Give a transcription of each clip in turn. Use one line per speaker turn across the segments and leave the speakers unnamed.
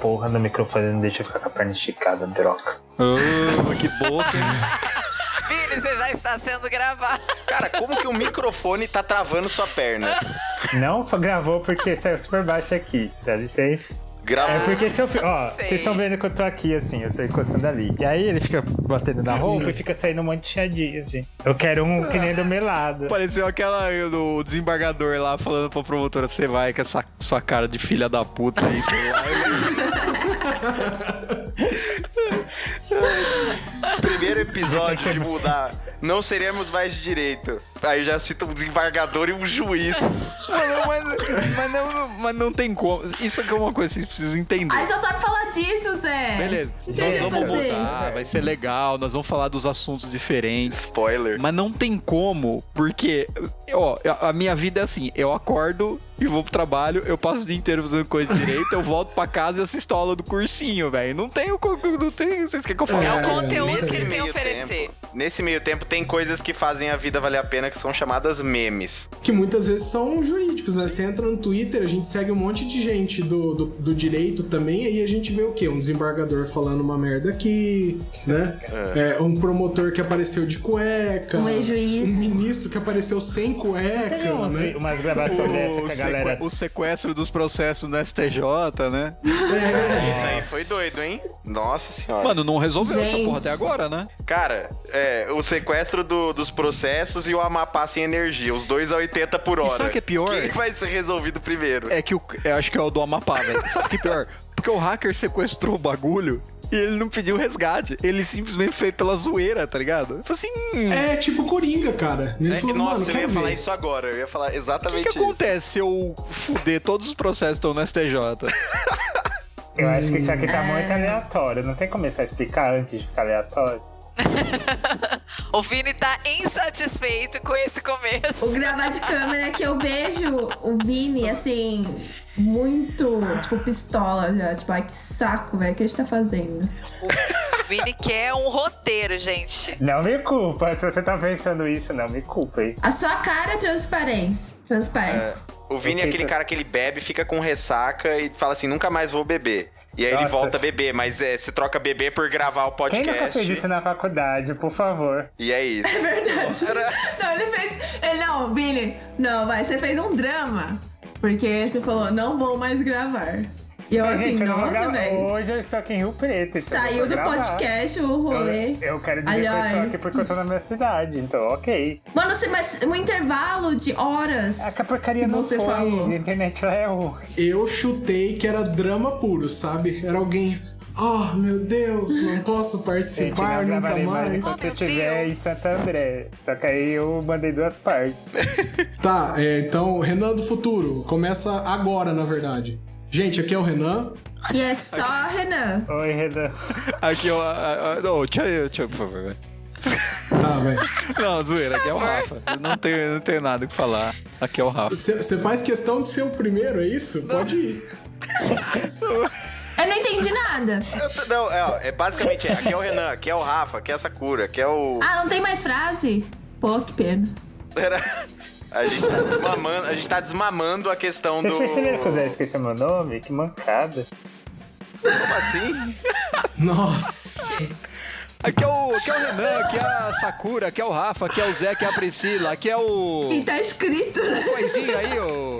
porra do microfone não deixa eu ficar com a perna esticada, droga.
Oh, que boca, hein?
Vini, você já está sendo gravado.
Cara, como que o microfone tá travando sua perna?
Não gravou porque saiu super baixo aqui, dá licença. É
Gravou.
porque se eu. fi- Ó,
Sei.
vocês estão vendo que eu tô aqui, assim, eu tô encostando ali. E aí ele fica batendo na roupa e fica saindo um monte de chiadinho, assim. Eu quero um que nem do meu lado.
Pareceu aquela do desembargador lá falando pra promotora: você vai com essa sua cara de filha da puta aí, sei lá.
Primeiro episódio de mudar. Não seremos mais de direito. Aí já cita um desembargador e um juiz.
Mano, mas, mas não, mas não tem como. Isso aqui é uma coisa que vocês precisam entender.
Aí só sabe falar disso, Zé.
É.
Beleza,
é, O que que
nós
eu ia
vamos
fazer?
mudar, vai ser legal, nós vamos falar dos assuntos diferentes.
Spoiler.
Mas não tem como, porque, ó, a a minha vida é assim: eu acordo e vou pro trabalho, eu passo o dia inteiro fazendo coisa direito, eu volto pra casa e assisto a aula do cursinho, velho. Não tem o. co- Não tem. Vocês querem que eu fale?
É o
Cara,
conteúdo
nesse
que ele tem a
meio
oferecer.
Nesse meio tempo, tem coisas que fazem a vida valer a pena que são chamadas memes.
Que muitas vezes são jurídicos, né? Você entra no Twitter, a gente segue um monte de gente do, do, do direito também, aí a gente vê o quê? Um desembargador falando uma merda aqui, né? É, um promotor que apareceu de cueca.
Um ex-juiz.
Um ministro que apareceu sem
Teve
cueca,
umas,
né?
umas gravações dessa
o,
que a
sequ-
galera.
o sequestro dos processos no STJ, né?
Isso
É,
aí É, foi doido, hein? Nossa senhora.
Mano, não resolveu essa
Gente.
porra até agora, né?
Cara, é, o sequestro do- dos processos e o Amapá sem energia. Os dois a 80 por hora.
sabe o que é pior?
Quem vai ser resolvido primeiro?
É que o, eu acho que é o do Amapá, velho. Sabe o que é pior? Porque o hacker sequestrou o bagulho e ele não pediu resgate. Ele simplesmente fez pela zoeira, tá ligado? Eu falei assim, hum,
É tipo Coringa, cara. Ele
É,
falou, mano,
nossa, eu
quero
ia falar
ver.
isso agora. Eu ia falar
o que, é
exatamente
que
isso.
acontece se eu fuder todos os processos que estão no STJ?
Eu acho que isso aqui tá muito aleatório. Não tem como começar a explicar antes de ficar aleatório.
O Vini tá insatisfeito com esse começo.
O gravar de câmera é que eu vejo o Vini, assim, muito, tipo, pistola já. Tipo, ai, que saco, velho, o que a gente tá fazendo?
O Vini quer um roteiro, gente.
Não me culpa, se você tá pensando isso, não me culpa, hein?
A sua cara é transparência. Transparência.
O Vini é aquele cara que ele bebe, fica com ressaca e fala assim: nunca mais vou beber. E aí ele
Nossa.
volta a beber, mas é, se troca beber por gravar o
Quem nunca fez
podcast.
isso na faculdade, por favor?
E é isso.
É verdade. Não, ele fez. Ele, não, Vini, não, vai, você fez um drama. Porque você falou, não vou mais gravar. E eu, assim,
Gente, eu não vou
nossa,
gravar.
velho.
Hoje eu estou aqui em Rio Preto. então eu não
Saiu
vou
do
gravar.
podcast né? o rolê.
Eu, eu quero dizer que eu estou
Aliás.
aqui porque eu estou na minha cidade, então ok.
Mano, você- mas um intervalo de horas.
É que a porcaria
que
não
você
foi,
falou.
a internet ela é ruim.
Eu chutei que era drama puro, sabe? Era alguém. Oh, meu Deus, não posso
Gente, não
participar nunca
gravarei mais
mais.
enquanto
Oh,
eu
meu
estiver em
Deus.
Santo André. Só que aí eu mandei duas partes.
Tá, é, então, Renan do Futuro, começa agora, na verdade. Gente, aqui é o Renan.
E é só Renan.
Oi, Renan.
Aqui, é ó. ó, ó, Ô, tchau, eu, tchau, por favor, velho.
Tá, velho.
Não, zoeira, aqui é o Rafa. Eu não tenho, não tenho nada o que falar. Aqui é o Rafa.
Você faz questão de ser o primeiro, é isso? Pode ir.
Eu não entendi nada.
Eu- Não, é, ó, é basicamente, é, aqui é o Renan, aqui é o Rafa, aqui é a Sakura, aqui é o.
Ah, não tem mais frase? Pô, que pena.
Era- A gente tá desmamando, a gente tá desmamando a questão
Vocês
do.
perceberam que o Zé esqueceu meu nome? Que mancada.
Como assim?
Nossa.
Aqui é, o, aqui é o Renan, aqui é a Sakura, aqui é o Rafa, aqui é o Zé, aqui é a Priscila, aqui é o.
E tá escrito, né?
coisinho aí, ô.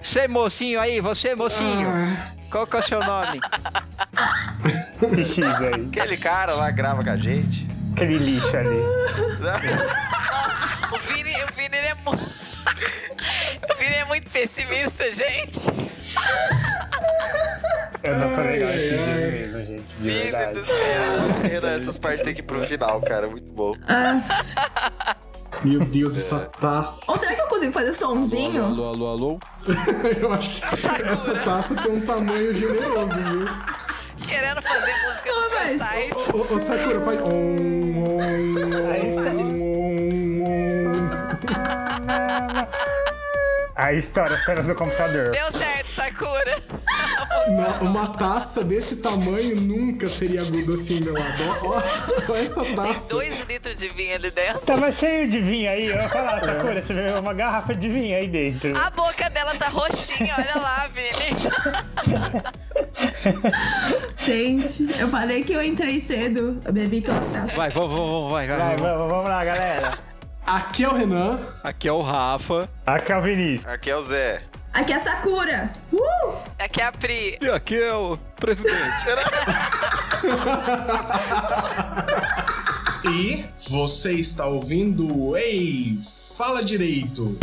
Você mocinho aí, você mocinho. Qual que é o seu nome?
Esse X aí.
Aquele cara lá grava com a gente.
Aquele lixo ali.
O Vini, o Vini ele é muito. O Vini é muito pessimista, gente.
Eu não tô legal esse vídeo mesmo, gente. De
Vini
verdade.
do céu.
Renan, essas partes tem que ir pro final, cara. Muito bom.
Meu Deus, essa taça.
Ou será que eu consigo fazer somzinho?
alô, alô.
Eu acho que essa taça tem um tamanho generoso, viu?
Querendo fazer música
Ô,
dos
mas-
casais.
Ô, ô, Sakura, faz. um, Om, om,
Aí
um,
tá.
om, om.
Aí estoura as telas do computador.
Deu certo, Sakura.
Não, uma taça desse tamanho nunca seria agudo assim, meu lado. Ó, ó, ó essa taça.
Dois litros de vinho ali dentro.
Tava cheio de vinho aí. Eu ia falar, Sakura, você bebeu uma garrafa de
Ah,
vinho aí dentro.
A boca dela tá roxinha, olha lá, Vini.
Gente, eu falei que eu entrei cedo, eu bebi tota. total.
Vai, vamos, vamos, vamos, vai, vai,
Vai,
vamos.
vamos, vamos lá, galera.
Aqui é o Renan.
Aqui é o Rafa.
Aqui é o Vinícius.
Aqui é o Zé.
Aqui é a Sakura. Uh!
Aqui é a Pri.
E aqui é o presidente.
E você está ouvindo o Ei, Fala Direito.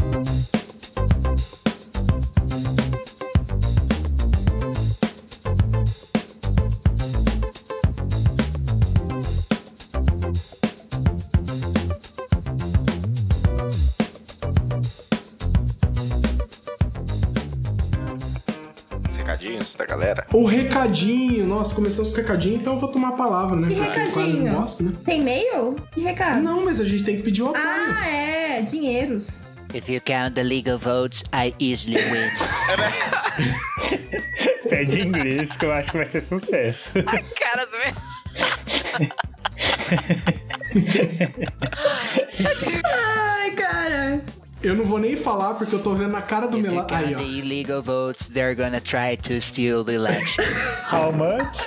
Os recadinhos da galera.
O recadinho. Nossa, começamos com o recadinho, então eu vou tomar a palavra, né?
Que
Porque eu Quase
recadinho?
não gosto, né?
Tem e-mail? Que recado?
Não, mas a gente tem que pedir o apoio.
Ah, é, dinheiros.
If you count the legal votes, I easily win.
Pede É inglês que eu acho que vai ser sucesso.
A cara do meu.
Ai, cara.
Eu não vou nem falar porque eu tô vendo na cara do
If you
Melado. Aí,
count
ó.
the illegal votes, they're gonna try to steal the election.
How much?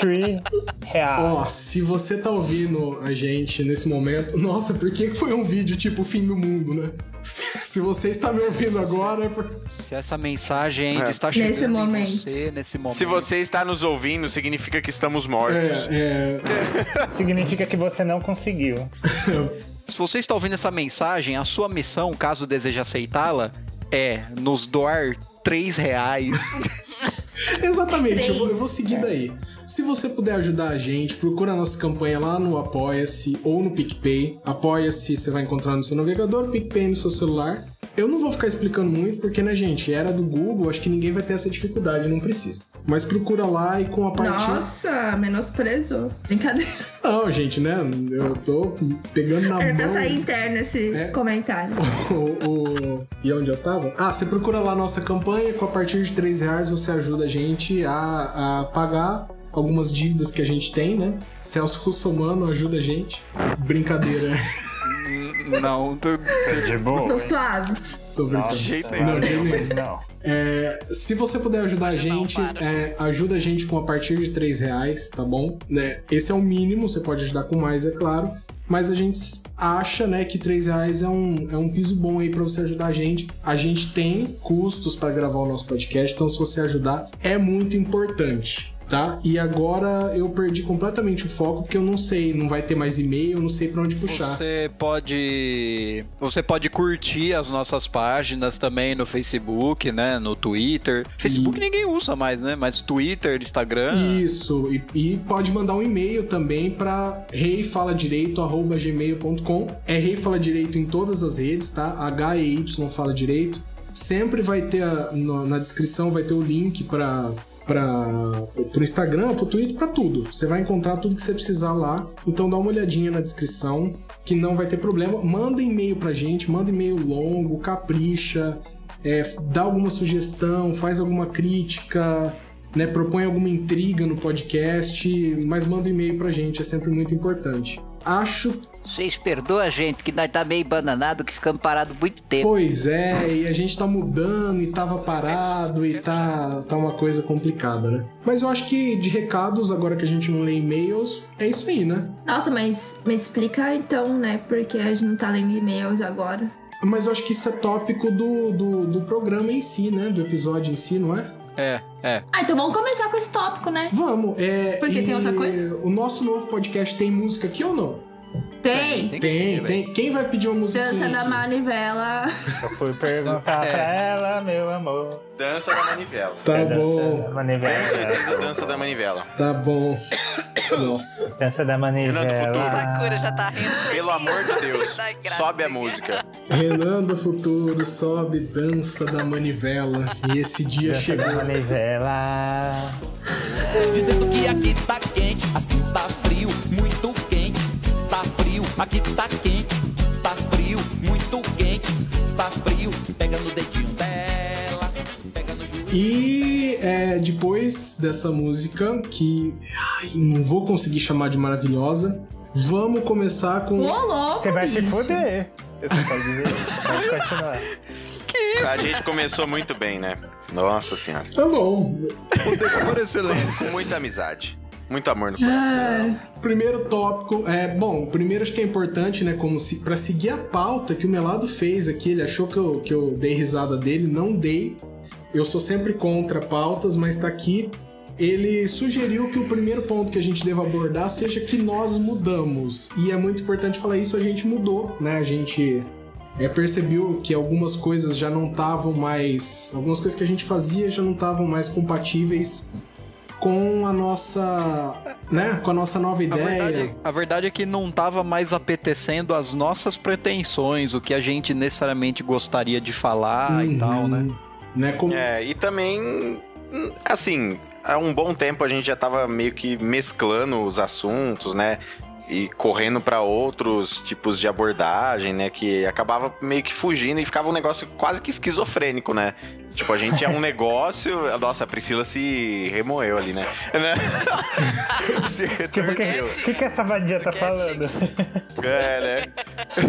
Three reais.
Ó, se você tá ouvindo a gente nesse momento, nossa, por que que foi um vídeo tipo fim do mundo, né? Se você está me ouvindo agora, é por...
Se essa mensagem ainda está chegando
Nesse
em
momento.
É. você, nesse momento.
Se você está nos ouvindo, significa que estamos
é,
mortos.
é, é.
Significa que você não conseguiu.
Se você está ouvindo essa mensagem, a sua missão, caso deseje aceitá-la, é nos doar três reais.
Exatamente, eu vou, eu vou seguir daí. Se você puder ajudar a gente, procura a nossa campanha lá no Apoia-se ou no PicPay. Apoia-se, você vai encontrar no seu navegador, PicPay no seu celular. Eu não vou ficar explicando muito, porque, né, gente, era do Google, acho que ninguém vai ter essa dificuldade, não precisa. Mas procura lá e com a parte.
Nossa, menosprezou. Brincadeira.
Não, gente, né? Eu tô pegando na
Era
mão.
pra sair interno esse
É.
comentário.
o, o- E onde eu tava? Ah, você procura lá a nossa campanha, com a partir de 3 reais você ajuda a gente a, a pagar algumas dívidas que a gente tem, né? Celso Russomano ajuda a gente. Brincadeira,
Não, tu-
De boa.
Tô suave.
tô brincando.
De jeito nenhum.
Não, de jeito nenhum.
Não.
É, se você puder ajudar a
Hoje não,
gente,
para.
é, ajuda a gente com a partir de 3 reais, tá bom? Né, Esse é o mínimo, você pode ajudar com mais, é claro. Mas a gente acha né, que 3 reais é um, é um piso bom aí pra você ajudar a gente. A gente tem custos pra gravar o nosso podcast, então se você ajudar, é muito importante. Tá? E agora eu perdi completamente o foco porque eu não sei, não vai ter mais e-mail, eu não sei pra onde puxar.
você pode. Você pode curtir as nossas páginas também no Facebook, né? No Twitter. Facebook ninguém usa mais, né? Mas Twitter, Instagram.
Isso, e, e pode mandar um e-mail também para reifaladireito.gmail.com. É Rei Fala Direito em todas as redes, tá? H-E-Y Fala Direito. Sempre vai ter, a- no- na descrição, vai ter o link para para pro Instagram, pro Twitter, para tudo. Você vai encontrar tudo que você precisar lá. Então dá uma olhadinha na descrição, que não vai ter problema. Manda e-mail pra gente, manda e-mail longo, capricha, é, dá alguma sugestão, faz alguma crítica, né, propõe alguma intriga no podcast, mas manda um e-mail pra gente, é sempre muito importante. Acho,
Vocês perdoam a gente que nós tá meio bananado que ficamos parados muito tempo.
pois é, e a gente tá mudando e tava parado e tá, tá uma coisa complicada, né? Mas eu acho que de recados, agora que a gente não lê e-mails, é isso aí, né?
Nossa, mas me explica então, né? Porque a gente não tá lendo e-mails agora.
Mas eu acho que isso é tópico do, do, do programa em si, né? Do episódio em si, não é?
É, é.
Ah, então vamos começar com esse tópico, né?
Vamos, é.
Porque tem outra
e
coisa?
O nosso novo podcast tem música aqui ou não?
Tem!
que
Tem,
ter,
tem. Quem vai pedir uma música?
Dança é da manivela.
Eu fui perguntar
É.
pra ela, meu amor.
Dança da manivela.
Tá
Dança É da
bom,
Com certeza,
manivela.
dança da manivela.
tá bom. Nossa.
Dança da
Renan do futuro.
manivela.
Sakura já tá rindo.
Pelo amor de Deus,
Dá graça,
sobe a
hein?
música.
Renan do futuro sobe dança da manivela e esse dia
Dança
chegou.
da manivela.
Dizendo que aqui tá quente, assim tá frio, muito quente, tá frio, aqui tá quente, tá frio, muito quente, tá frio, pega no dedinho dela, pega no joelho.
E é, depois dessa música que ai, não vou conseguir chamar de maravilhosa, vamos começar
Ô,
com
louco,
é
Você vai
bicho.
se fuder. Você pode dizer. Pode continuar.
Que
A gente começou muito bem, né? Nossa senhora.
Tá bom.
Por excelência.
Com muita amizade. Muito amor no coração.
Primeiro tópico, é bom. Primeiro acho que é importante, né, como se para seguir a pauta que o Melado fez aqui, ele achou que eu, que eu dei risada dele, não dei. Eu sou sempre contra pautas, mas tá aqui. Ele sugeriu que o primeiro ponto que a gente deva abordar seja que nós mudamos. E é muito importante falar isso, a gente mudou, né? A gente é, percebeu que algumas coisas já não estavam mais. Algumas coisas que a gente fazia já não estavam mais compatíveis com a nossa. né? Com a nossa nova
A
ideia.
verdade, a verdade é que não tava mais apetecendo as nossas pretensões, o que a gente necessariamente gostaria de falar e
Uhum.
tal, né?
Né, como-
É, e também, assim, há um bom tempo a gente já tava meio que mesclando os assuntos, né? E correndo pra outros tipos de abordagem, né? Que acabava meio que fugindo e ficava um negócio quase que esquizofrênico, né? Tipo, a gente é um negócio. Nossa, a Priscila se remoeu ali, né? Né? se
Tipo, o que,
retorceu.
que, que essa vadia tá
Quietinho.
falando?
É, né?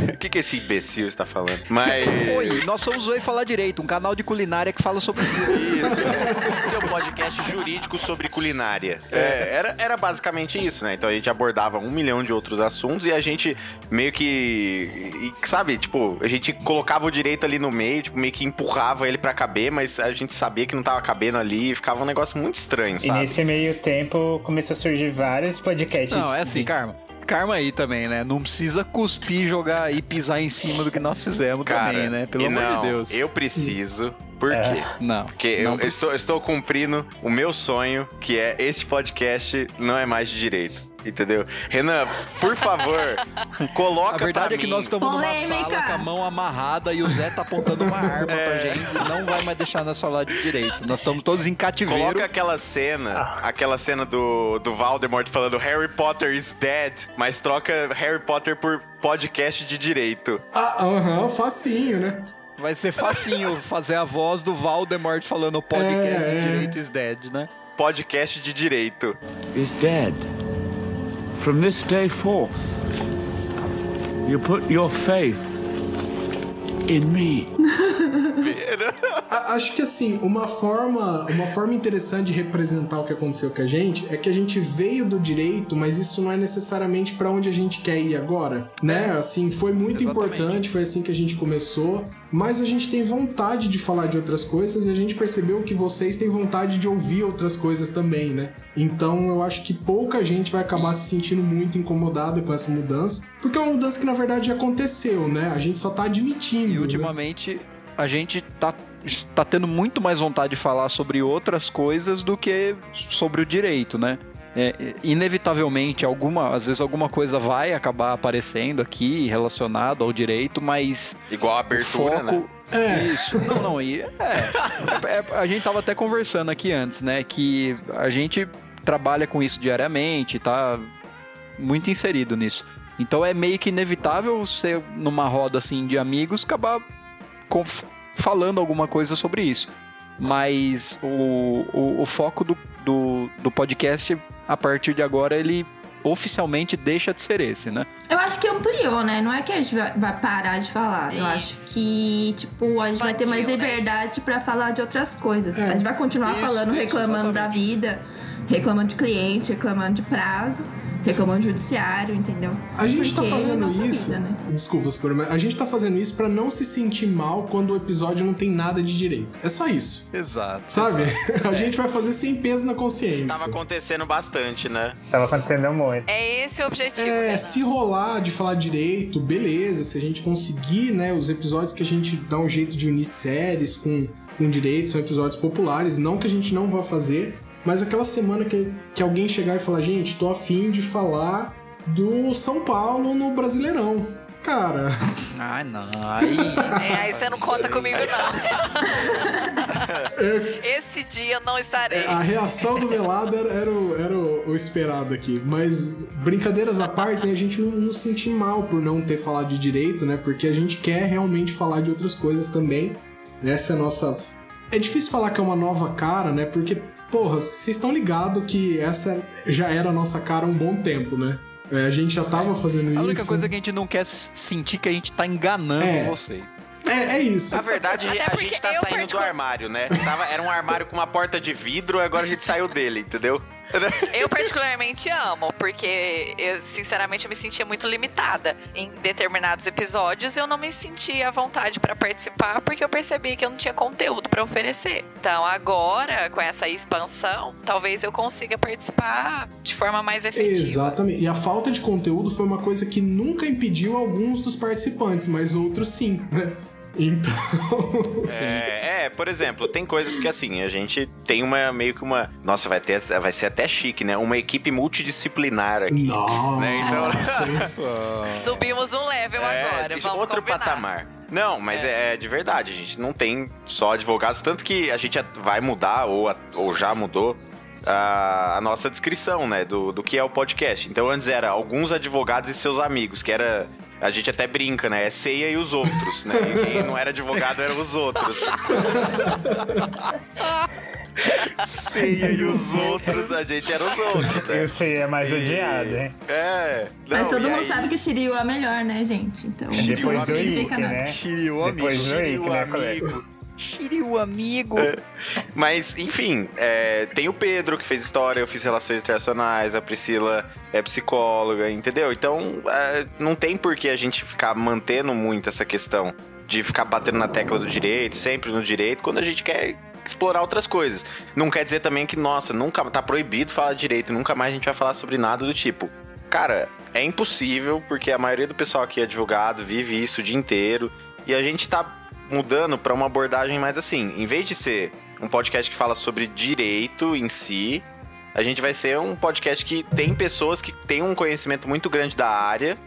O que, que esse imbecil está falando? Mas.
Oi, nós somos o Ei Falar Direito, um canal de culinária que fala sobre
Isso. Seu podcast jurídico sobre culinária. É, era, era basicamente isso, né? Então a gente abordava um milhão de outros assuntos e a gente meio que. e, sabe, tipo, a gente colocava o direito ali no meio, tipo, meio que empurrava ele pra caber, mas a gente sabia que não tava cabendo ali e ficava um negócio muito estranho,
E
sabe?
nesse meio tempo começou a surgir vários podcasts.
Não, é assim,
de-
Karma. Karma aí também, né? Não precisa cuspir, jogar e pisar em cima do que nós fizemos também, né? Pelo
e
amor
não,
de Deus.
Eu preciso. Por
É.
quê?
Não.
Porque eu,
não
eu estou, eu estou cumprindo o meu sonho, que é este podcast não é mais de direito. Entendeu? Renan, por favor, coloca
A verdade
pra
é que
mim.
nós estamos numa
Polêmica.
sala com a mão amarrada e o Zé tá apontando uma arma pra
É.
gente. Não vai mais deixar nós falar de direito. Nós estamos todos em cativeiro.
Coloca aquela cena, aquela cena do, do Voldemort falando Harry Potter is dead, mas troca Harry Potter por podcast de direito.
Ah, aham, facinho, né?
Vai ser facinho fazer a voz do Valdemort falando o podcast
É,
de
é.
Direito is Dead, né?
Podcast de direito.
is dead. From this day forth, you put your faith in me.
A- acho que assim, uma forma, uma forma interessante de representar o que aconteceu com a gente é que a gente veio do direito, mas isso não é necessariamente pra onde a gente quer ir agora, né? Assim, foi muito
Exatamente.
importante, foi assim que a gente começou, mas a gente tem vontade de falar de outras coisas e a gente percebeu que vocês têm vontade de ouvir outras coisas também, né? Então eu acho que pouca gente vai acabar se sentindo muito incomodada com essa mudança, porque é uma mudança que na verdade já aconteceu, né? A gente só tá admitindo.
E
né?
ultimamente a gente tá, tá tendo muito mais vontade de falar sobre outras coisas do que sobre o direito, né? É, é, inevitavelmente, alguma, às vezes alguma coisa vai acabar aparecendo aqui relacionado ao direito, mas
Igual a
o
abertura,
foco.
né?
Isso, não, não, e, é, É, é, a gente tava até conversando aqui antes, né? Que a gente trabalha com isso diariamente, tá muito inserido nisso. Então é meio que inevitável ser numa roda assim de amigos acabar com- falando alguma coisa sobre isso. Mas o, o, o foco do, do, do podcast, a partir de agora, ele oficialmente deixa de ser esse, né?
Eu acho que ampliou, né? Não é que a gente vai vai parar de falar. Eu acho
Isso.
que, tipo, a gente vai ter mais
Expandiu, né?
liberdade pra falar de outras coisas.
É.
A gente vai continuar
Isso,
falando,
isso,
reclamando da vida, reclamando de cliente, reclamando de prazo, reclamando de judiciário, entendeu?
A gente tá
Porque é
fazendo
nossa
isso.
vida, né?
Desculpa, Super, mas a gente tá fazendo isso pra não se sentir mal quando o episódio não tem nada de direito. É só isso.
Exato.
Sabe? A gente vai fazer sem peso na consciência.
Tava
É.
acontecendo bastante, né?
Tava acontecendo muito.
É esse o objetivo.
É,
Renan.
se rolar de falar direito, beleza. Se a gente conseguir, né, os episódios que a gente dá um jeito de unir séries com, com direito, são episódios populares, não que a gente não vá fazer, mas aquela semana que, que alguém chegar e falar, gente, tô afim de falar do São Paulo no Brasileirão. Cara,
Ah, não. Aí.
É, aí você não conta comigo, não. Esse dia eu não estarei.
a reação do Melado era, era o, era o- o esperado aqui. Mas, brincadeiras à parte, né, a gente não, não se sentir mal por não ter falado de direito, né? Porque a gente quer realmente falar de outras coisas também. Essa é a nossa. É difícil falar que é uma nova cara, né? Porque, porra, vocês estão ligados que essa já era a nossa cara há um bom tempo, né? É, a gente já tava fazendo isso.
A única coisa é que a gente não quer s- sentir que a gente tá enganando
É.
você.
É, é isso.
Na verdade,
Até
a
porque
gente tá
eu
saindo do
particu-
armário, né? Tava- era um armário com uma porta de vidro, agora a gente saiu dele, entendeu?
Eu particularmente amo, porque eu, sinceramente, eu me sentia muito limitada. Em determinados episódios, eu não me sentia à vontade pra participar, porque eu percebia que eu não tinha conteúdo pra oferecer. Então, agora, com essa expansão, talvez eu consiga participar de forma mais efetiva.
Exatamente. E a falta de conteúdo foi uma coisa que nunca impediu alguns dos participantes, mas outros sim, né? Então.
É, é, por exemplo, tem coisas que assim, a gente tem uma meio que uma. Nossa, vai, ter, vai ser até chique, né? Uma equipe multidisciplinar aqui.
Nossa.
Né, então-
Subimos um level agora,
de
vamos
É, outro
combinar.
patamar. Não, mas é. é de verdade, a gente não tem só advogados, tanto que a gente vai mudar, ou, a- ou já mudou, a, a nossa descrição, né, do, do que é o podcast. Então antes era alguns advogados e seus amigos, que era... A gente até brinca, né? É ceia e os outros, né? E quem não era advogado eram os outros. ceia e os outros, a gente era os outros, né?
Eu sei, é mais
E-
odiado, hein?
É.
Mas
não,
todo
e
mundo
aí-
sabe que o Shiryu é a melhor, né, gente? Então, isso não
Depois do Ike,
significa nada.
É.
né?
Shiryu
Depois do Ike, né, colega?
Shiryu amigo.
É. Mas, enfim, é, tem o Pedro que fez história, eu fiz relações internacionais, a Priscila é psicóloga, entendeu? Então, é, não tem por que a gente ficar mantendo muito essa questão de ficar batendo na tecla do direito, sempre no direito, quando a gente quer explorar outras coisas. Não quer dizer também que, nossa, nunca tá proibido falar de direito, nunca mais a gente vai falar sobre nada do tipo. Cara, é impossível, porque a maioria do pessoal aqui é advogado, vive isso o dia inteiro, e a gente tá mudando pra uma abordagem mais assim, em vez de ser um podcast que fala sobre direito em si. A gente vai ser um podcast que tem pessoas que têm um conhecimento muito grande da área,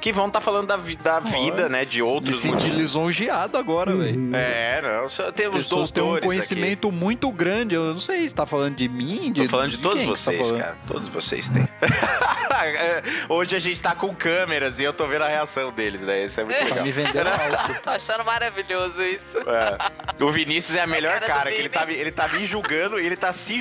que vão estar falando da, vi- da vida, né, de
Me
outros
senti lisonjeado agora, velho.
É, não, só temos
Né? Pessoas
doutores
têm um
aqui.
conhecimento muito grande. Eu não sei se tá falando de mim, de
Tô falando de todos
quem que você tá
vocês,
falando?
cara. Todos vocês têm. Hoje a gente tá com câmeras e eu tô vendo a reação deles, né? Isso é muito
Tá
legal.
me vendendo alto.
Tô achando maravilhoso isso.
É. O Vinícius é a melhor
cara
cara,
do
que ele
Bibi.
tá, me- ele tá me julgando e ele tá se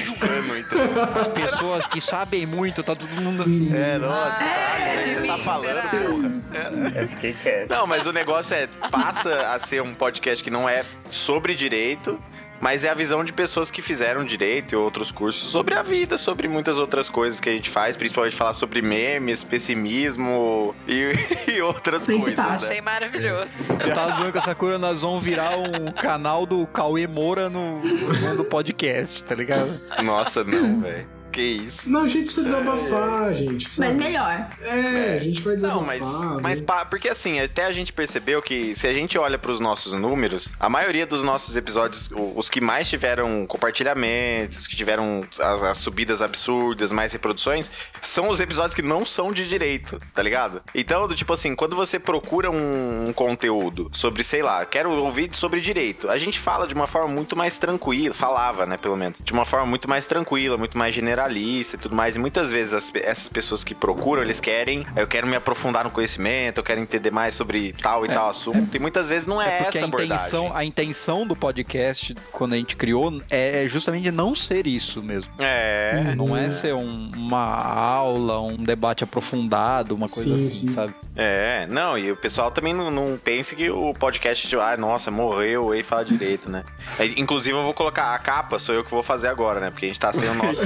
julgando, entendeu?
As pessoas que sabem muito, tá todo mundo assim.
É, nossa, caralho,
é
né?
isso aí
de
que você tá
mim,
falando,
será?
porra.
Eu fiquei quieto.
Não, mas o negócio é, passa a ser um podcast que não é sobre direito, mas é a visão de pessoas que fizeram direito e outros cursos sobre a vida, sobre muitas outras coisas que a gente faz, principalmente falar sobre memes, pessimismo e, e outras
Principal.
coisas. Né?
Achei maravilhoso.
Eu tava zoando com essa cura, nós vamos virar um canal do Cauê Moura no mundo podcast, tá ligado?
Nossa, não, velho. Que isso.
Não, a gente precisa desabafar, gente. Precisa-
Mas melhor.
É, a gente vai desabafar.
Não, mas,
né?
mas pá, porque assim, até a gente percebeu que se a gente olha pros nossos números, a maioria dos nossos episódios, o- os que mais tiveram compartilhamentos, que tiveram as, as subidas absurdas, mais reproduções, são os episódios que não são de direito, tá ligado? Então, do tipo assim, quando você procura um, um conteúdo sobre, sei lá, quero ouvir sobre direito, a gente fala de uma forma muito mais tranquila, falava, né, pelo menos, de uma forma muito mais tranquila, muito mais generalista e tudo mais, e muitas vezes as pe- essas pessoas que procuram, eles querem, "Ah, eu quero me aprofundar no conhecimento, eu quero entender mais sobre tal e tal assunto, e muitas vezes não é,
É, Porque
essa
a intenção,
abordagem.
a intenção do podcast, quando a gente criou, é justamente não ser isso mesmo.
É,
Não é ser um- uma aula, um debate aprofundado, uma coisa
Sim,
assim,
sim.
sabe?
É, não, e o pessoal também não, não pense que o podcast, tipo, ah, nossa, morreu, e fala direito, né? É, inclusive, eu vou colocar a capa, sou eu que vou fazer agora, né? Porque a gente tá sem o nosso.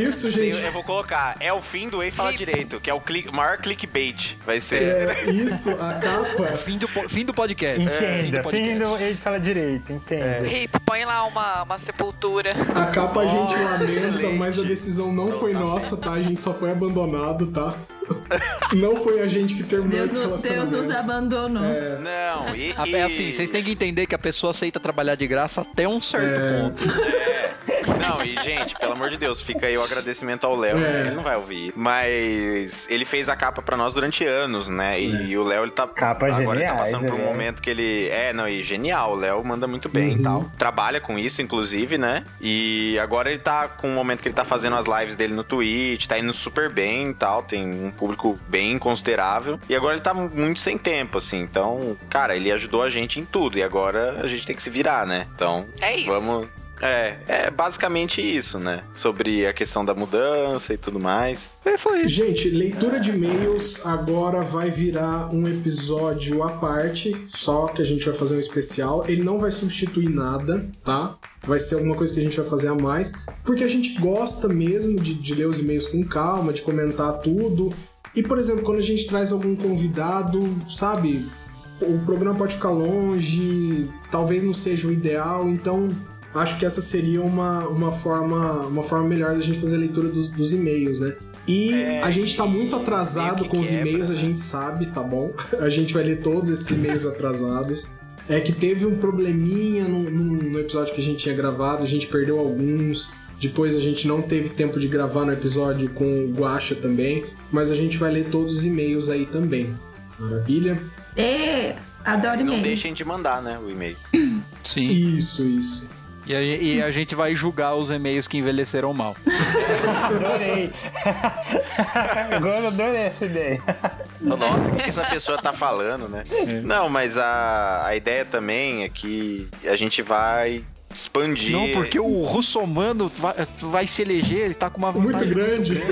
Isso,
Sim,
gente.
Assim, eu vou colocar. É o fim do Ei Fala
Clip.
Direito, que é o click, maior clickbait. Vai ser.
É, isso, a capa.
Fim do, po- fim do podcast.
Entenda,
É, podcast. É.
Findo, ele fala direito, entenda.
Hip, põe lá uma, uma sepultura.
A capa a gente
Nossa,
lamenta,
excelente. É um
mas a decisão não foi nossa, tá? A gente só foi abandonado, tá? Não foi a gente que terminou
Deus,
esse
no- Deus
relacionamento.
nos abandonou.
É.
É.
Não, e.
Ah,
e-
É assim, vocês têm que entender que a pessoa aceita trabalhar de graça até um certo ponto.
Não, e, gente, pelo amor de Deus, fica aí o agradecimento ao Léo,
É.
né? Ele não vai ouvir. Mas ele fez a capa pra nós durante anos, né?
É.
E, o Léo, ele tá.
Capa
agora ele tá
geniais,
passando por um
né?
momento que ele. É, não, e genial. O Léo manda muito bem e tal. Trabalha com isso, inclusive, né? E agora ele tá com um momento que ele tá fazendo as lives dele no Twitch, tá indo super bem e tal. Tem um público bem considerável. E agora ele tá muito sem tempo, assim. Então, cara, ele ajudou a gente em tudo. E agora a gente tem que se virar, né? Então,
É isso.
vamos. É, é basicamente isso, né? Sobre a questão da mudança e tudo mais.
É, foi isso.
Gente, leitura de e-mails agora vai virar um episódio à parte, só que a gente vai fazer um especial. Ele não vai substituir nada, tá? Vai ser alguma coisa que a gente vai fazer a mais, porque a gente gosta mesmo de, de ler os e-mails com calma, de comentar tudo. E, por exemplo, quando a gente traz algum convidado, sabe? O programa pode ficar longe, talvez não seja o ideal, então acho que essa seria uma, uma, forma, uma forma melhor da gente fazer a leitura dos, dos e-mails, né? E a gente tá muito atrasado
É, meio que
com os
quebra, né?
e-mails, a gente sabe, tá bom? A gente vai ler todos esses e-mails atrasados. É que teve um probleminha no, no- no episódio que a gente tinha gravado, a gente perdeu alguns. Depois a gente não teve tempo de gravar no episódio com o Guacha também, mas a gente vai ler todos os e-mails aí também. Maravilha?
Ê, adoro
Uhum.
Não
e-mail.
deixem de mandar, né, o e-mail.
Sim.
Isso, isso.
E a, e a gente vai julgar os e-mails que envelheceram mal.
Adorei. Agora eu adorei essa ideia.
Nossa, o que que essa pessoa tá falando, né?
É.
Não, mas a, a ideia também é que a gente vai expandir.
Não, porque o russomano vai, vai se eleger, ele tá com uma
Muito
vantagem
grande.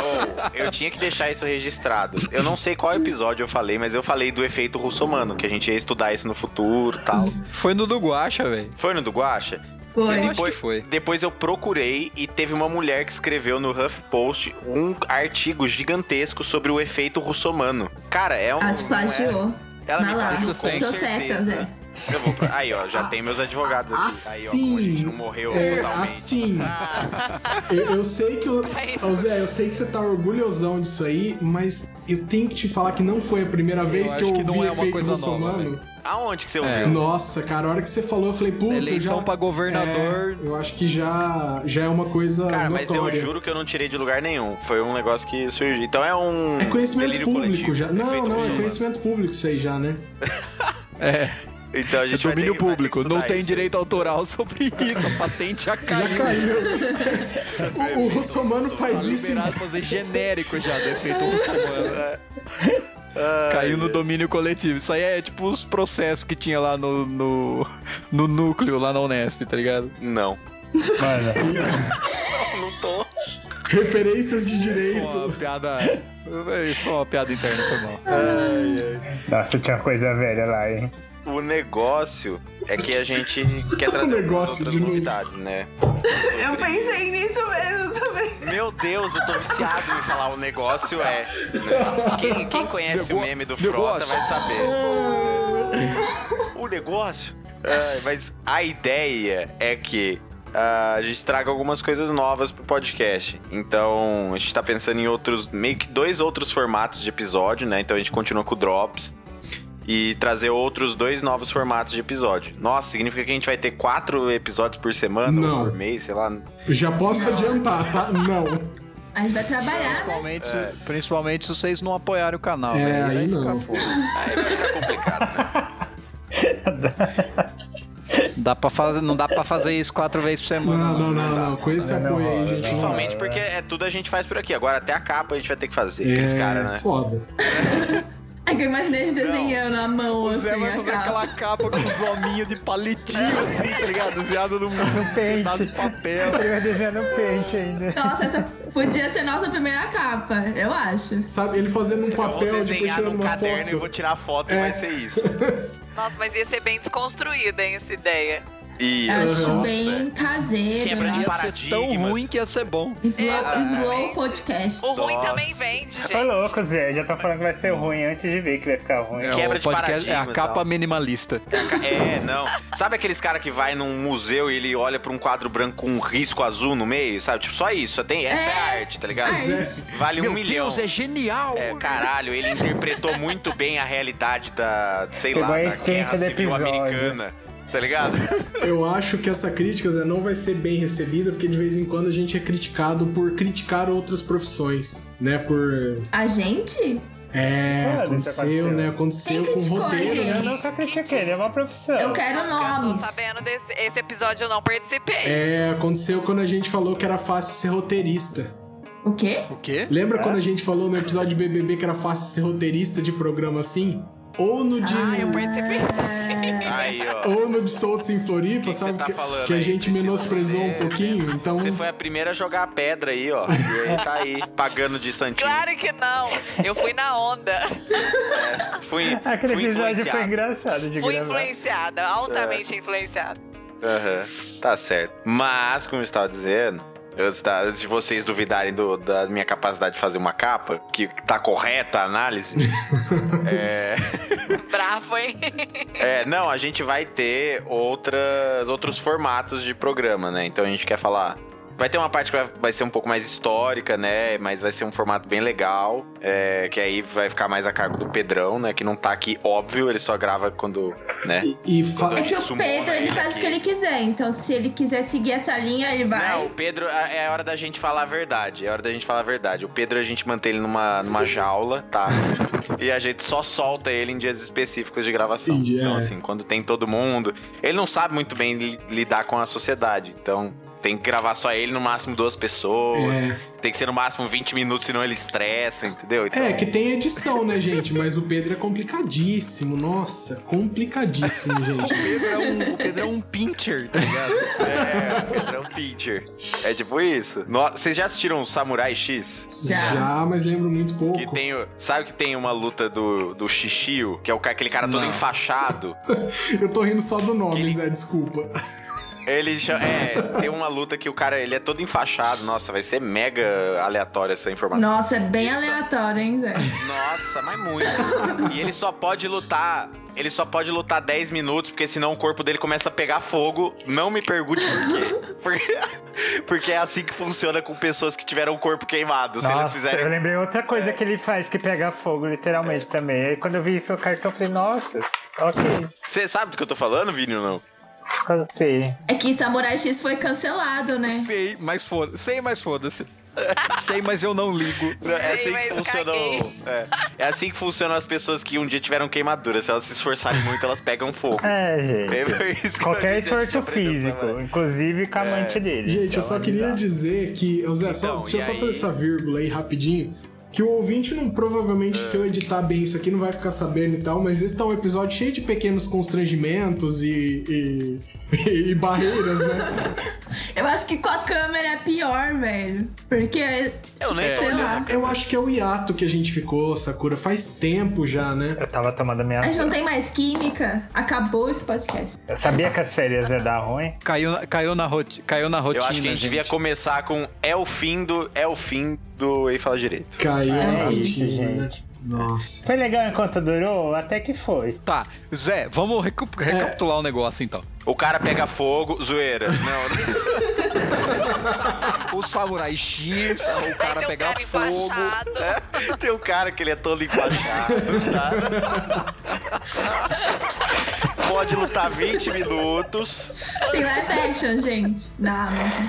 Oh, eu tinha que deixar isso registrado. Eu não sei qual episódio eu falei, mas eu falei do efeito russomano, que a gente ia estudar isso no futuro tal.
Foi no do Guacha, velho.
Foi no do Guacha?
Foi.
Eu acho que foi.
Depois eu procurei e teve uma mulher que escreveu no HuffPost um artigo gigantesco sobre o efeito russomano. Cara, é um.
Ah, te plagiou.
é- Ela me
Vai lá.
plagiou com
Processa,
certeza.
Zé.
Eu vou pro- Aí, ó, já tem meus advogados aqui. Aí, ó, como a gente não morreu
Ah, é,
totalmente. Ah. É
Assim. eu, eu sei que. o-
Mas-
Ô, Zé, eu sei que você tá orgulhosão disso aí, mas eu tenho que te falar que não foi a primeira vez que
acho
eu
que
ouvi
não é uma
efeito
coisa nova, né?
russomano.
velho.
Aonde que você ouviu?
Nossa, cara, a hora que você falou, eu falei, putz, eu
Eleição
já...
pra governador.
É, eu acho que já, já é uma coisa.
Cara, mas
notória.
eu juro que eu não tirei de lugar nenhum. Foi um negócio que surgiu. Então é um.
É conhecimento
delírio
público
coletivo,
já. Não,
efeito
não, é
Bolsonaro.
conhecimento público isso aí já, né?
Então a gente vai ter,
É domínio
vai ter que
público, não
estudar
tem
isso.
direito autoral sobre isso, a patente já
Já
caiu.
caiu. o, o russomano faz
Tá
isso em
liberado fazer genérico já, defeito russomano. Caiu no domínio coletivo. Isso aí é tipo os processos que tinha lá no, no, no núcleo, lá na Unesp, tá ligado?
Não.
né?
Mano,
Não tô.
referências de
Isso foi
direito.
uma piada. Isso foi uma piada interna, foi mal.
nossa, tinha coisa velha lá, hein?
O negócio é que a gente quer trazer algumas
negócio
outras
de novo.
novidades, né?
Eu pensei nisso mesmo também.
Meu Deus, eu tô viciado em falar o negócio é. né? Quem, quem conhece o
Nego-
meme do Frota
negócio.
vai saber. O negócio? Ai, mas a ideia é que ah, a gente traga algumas coisas novas pro podcast. Então, a gente tá pensando em outros, meio que dois outros formatos de episódio, né? Então a gente continua com o Drops. E trazer outros dois novos formatos de episódio. Nossa, significa que a gente vai ter quatro episódios por semana
Não.
ou por mês, sei lá.
Já posso adiantar, tá? Não.
A gente vai trabalhar, né?
Principalmente, se- principalmente se vocês não apoiarem o canal,
É,
velho.
aí
fica
não.
foda.
Aí vai ficar complicado, né?
Dá pra fazer, não dá pra fazer isso quatro vezes por semana.
Não, não, não, não. Com esse
Não,
apoio aí,
não,
gente. não-
Principalmente porque é tudo a gente faz por aqui. Agora até a capa a gente vai ter que fazer.
É
Aqueles caras, né?
foda.
É que eu imaginei eles desenhando a mão,
O Zé
assim,
vai
a
fazer
capa.
aquela capa com os hominhos de palitinho, assim, tá ligado? Ziado no
pente.
pedaço de papel.
Eu ia desenhando um pente ainda.
Nossa, essa podia ser nossa primeira capa, eu acho.
Sabe, ele fazendo um papel, depois tirando uma foto.
tirar foto e vai ser isso.
Nossa, mas ia ser bem desconstruída, hein, essa ideia.
E
Eu acho
nossa,
bem caseiro.
Quebra de
né?
Ia ser É tão
Paradigmas.
ruim que ia ser bom.
Slow,
Exatamente.
slow podcast.
O ruim
Nossa.
também vende, gente.
Ô louco, Zé, já tá falando que vai ser ruim antes de ver que vai ficar ruim.
É,
Quebra
o
de
podcast é a
paradigmas,
capa
tal.
minimalista.
é, não. Sabe aqueles cara que vai num museu e ele olha pra um quadro branco com um risco azul no meio, sabe? Tipo, só isso. só Tem... Essa é, a arte, tá ligado?
Arte.
Vale
Meu
um milhão.
Deus, é genial!
É, caralho, ele interpretou muito bem a realidade da, sei
Pegou
lá,
a
da guerra
essência do
civil
episódio.
americana. Tá ligado?
Eu acho que essa crítica Zé, não vai ser bem recebida, porque de vez em quando a gente é criticado por criticar outras profissões, né? Por.
A gente?
É,
Ah, isso
aconteceu,
aconteceu.
né? Aconteceu com o
Quem criticou a
roteiro,
Eu
gente?
né?
nunca critiquei, ele é uma profissão.
Eu quero
Eu tô
nomes.
sabendo desse esse episódio, eu não participei.
É, aconteceu quando a gente falou que era fácil ser roteirista.
O quê?
O quê?
É?
Lembra quando a gente falou no episódio de BBB que era fácil ser roteirista de programa assim? ou no de.
Ah, eu participei sim.
Aí, ó.
Ou no de Soltos em Floripa,
que
sabe?
você tá
que,
falando
que a
aí,
gente
Priscila?
menosprezou um
Você-
pouquinho. Então,
Você foi a primeira a jogar a pedra aí, ó. E aí tá aí, pagando de santinho.
Claro que não. Eu fui na onda.
Fui,
Aquele
fui
episódio foi
influenciado.
engraçado de
Fui
gravar.
influenciada, altamente influenciada.
Aham, tá certo. Mas, como eu estava dizendo, antes da- antes de vocês duvidarem do- da minha capacidade de fazer uma capa, que tá correta a análise, é,
Bravo, hein?
é, não, a gente vai ter outras, outros formatos de programa, né? Então a gente quer falar. Vai ter uma parte que vai, vai ser um pouco mais histórica, né? Mas vai ser um formato bem legal. é, que aí vai ficar mais a cargo do Pedrão, né? Que não tá aqui, óbvio, ele só grava quando. né?
e fa-
Quando
É que o
Sumou,
Pedro,
né,
ele
ele
faz o que
aqui.
ele quiser. Então, se ele quiser seguir essa linha, ele
Não, o
vai.
Pedro, a- é a hora da gente falar a verdade. É a hora da gente falar a verdade. O Pedro, a gente mantém ele numa, numa jaula, tá? e a gente só solta ele em dias específicos de gravação.
Entendi,
então,
é.
assim, quando tem todo mundo. Ele não sabe muito bem li- lidar com a sociedade. Então, tem que gravar só ele, no máximo duas pessoas.
É.
Tem que ser no máximo 20 minutos, senão ele estressa, entendeu? Então,
É, que tem edição, né, gente? Mas o Pedro é complicadíssimo. Nossa, complicadíssimo, gente.
Pedro é um, o Pedro é um pincher, tá ligado?
É, o Pedro é um pitcher. É tipo isso. No- Vocês já assistiram Samurai X?
Já.
Já, mas lembro muito pouco.
Que tem o- sabe que tem uma luta do, do Xixio, que é o, ca- aquele cara todo
Não.
enfaixado?
Eu tô rindo só do nome, Zé, desculpa.
Ele cha- é, tem uma luta que o cara, ele é todo enfaixado. Nossa, vai ser mega aleatória essa informação.
Nossa, é bem
Isso.
aleatório, hein, Zé?
Nossa, mas muito. E ele só pode lutar, ele só pode lutar 10 minutos, porque senão o corpo dele começa a pegar fogo. Não me pergunte por quê. Porque, porque é assim que funciona com pessoas que tiveram o corpo queimado. Se eles
Nossa, Ah, eu
fizerem É.
lembrei outra coisa que ele faz, que pega fogo, literalmente, também. Aí quando eu vi isso no cartão, eu falei, nossa, ok,
Você sabe do que eu tô falando, Vini, ou não?
eu sei.
É que Samurai X foi cancelado, né?
Sei, mas foda-se. Sei, mas foda-se. Sei, mas eu não ligo.
É assim
Sei,
que
mas
funcionam.
caguei.
É, é assim que funcionam as pessoas que um dia tiveram queimadura. Se elas se esforçarem muito, elas pegam fogo.
É, gente.
É isso que a
Qualquer
gente
esforço
aprendeu, né?
físico,
Samara.
inclusive com a
É.
amante dele. Então,
Gente, eu só queria dizer que. ô, Zé, só,
tá. Então,
deixa eu
e
só
aí?
fazer essa vírgula aí rapidinho. Que o ouvinte não provavelmente,
Ah.
se eu editar bem isso aqui, não vai ficar sabendo e tal, mas esse tá um episódio cheio de pequenos constrangimentos e. e, e barreiras, né?
Eu acho que com a câmera é pior, velho. Porque. é, tipo,
Eu nem
sei
olhei
lá.
Eu acho que é o hiato que a gente ficou, Sakura, faz tempo já, né?
Eu tava tomando minha.
A gente não tem mais química. Acabou esse podcast.
Eu sabia que as férias ia dar ruim.
Caiu, na- caiu, na, roti, caiu na rotina.
Eu acho que a gente devia começar com é o fim do. É o fim do. E fala direito.
Caiu na
É isso,
rotina, né?
gente.
Nossa.
Foi legal enquanto durou? Até que foi.
Tá, Zé, vamos recu- recapitular o negócio então.
O cara pega fogo, zoeira. Não,
O Samurai X, o cara
Aí tem um
pegar
cara
fogo.
embaixado.
não. Tem um cara que ele é todo enfaixado, tá? Pode lutar 20 minutos.
Tem live action, gente. Da Amazon.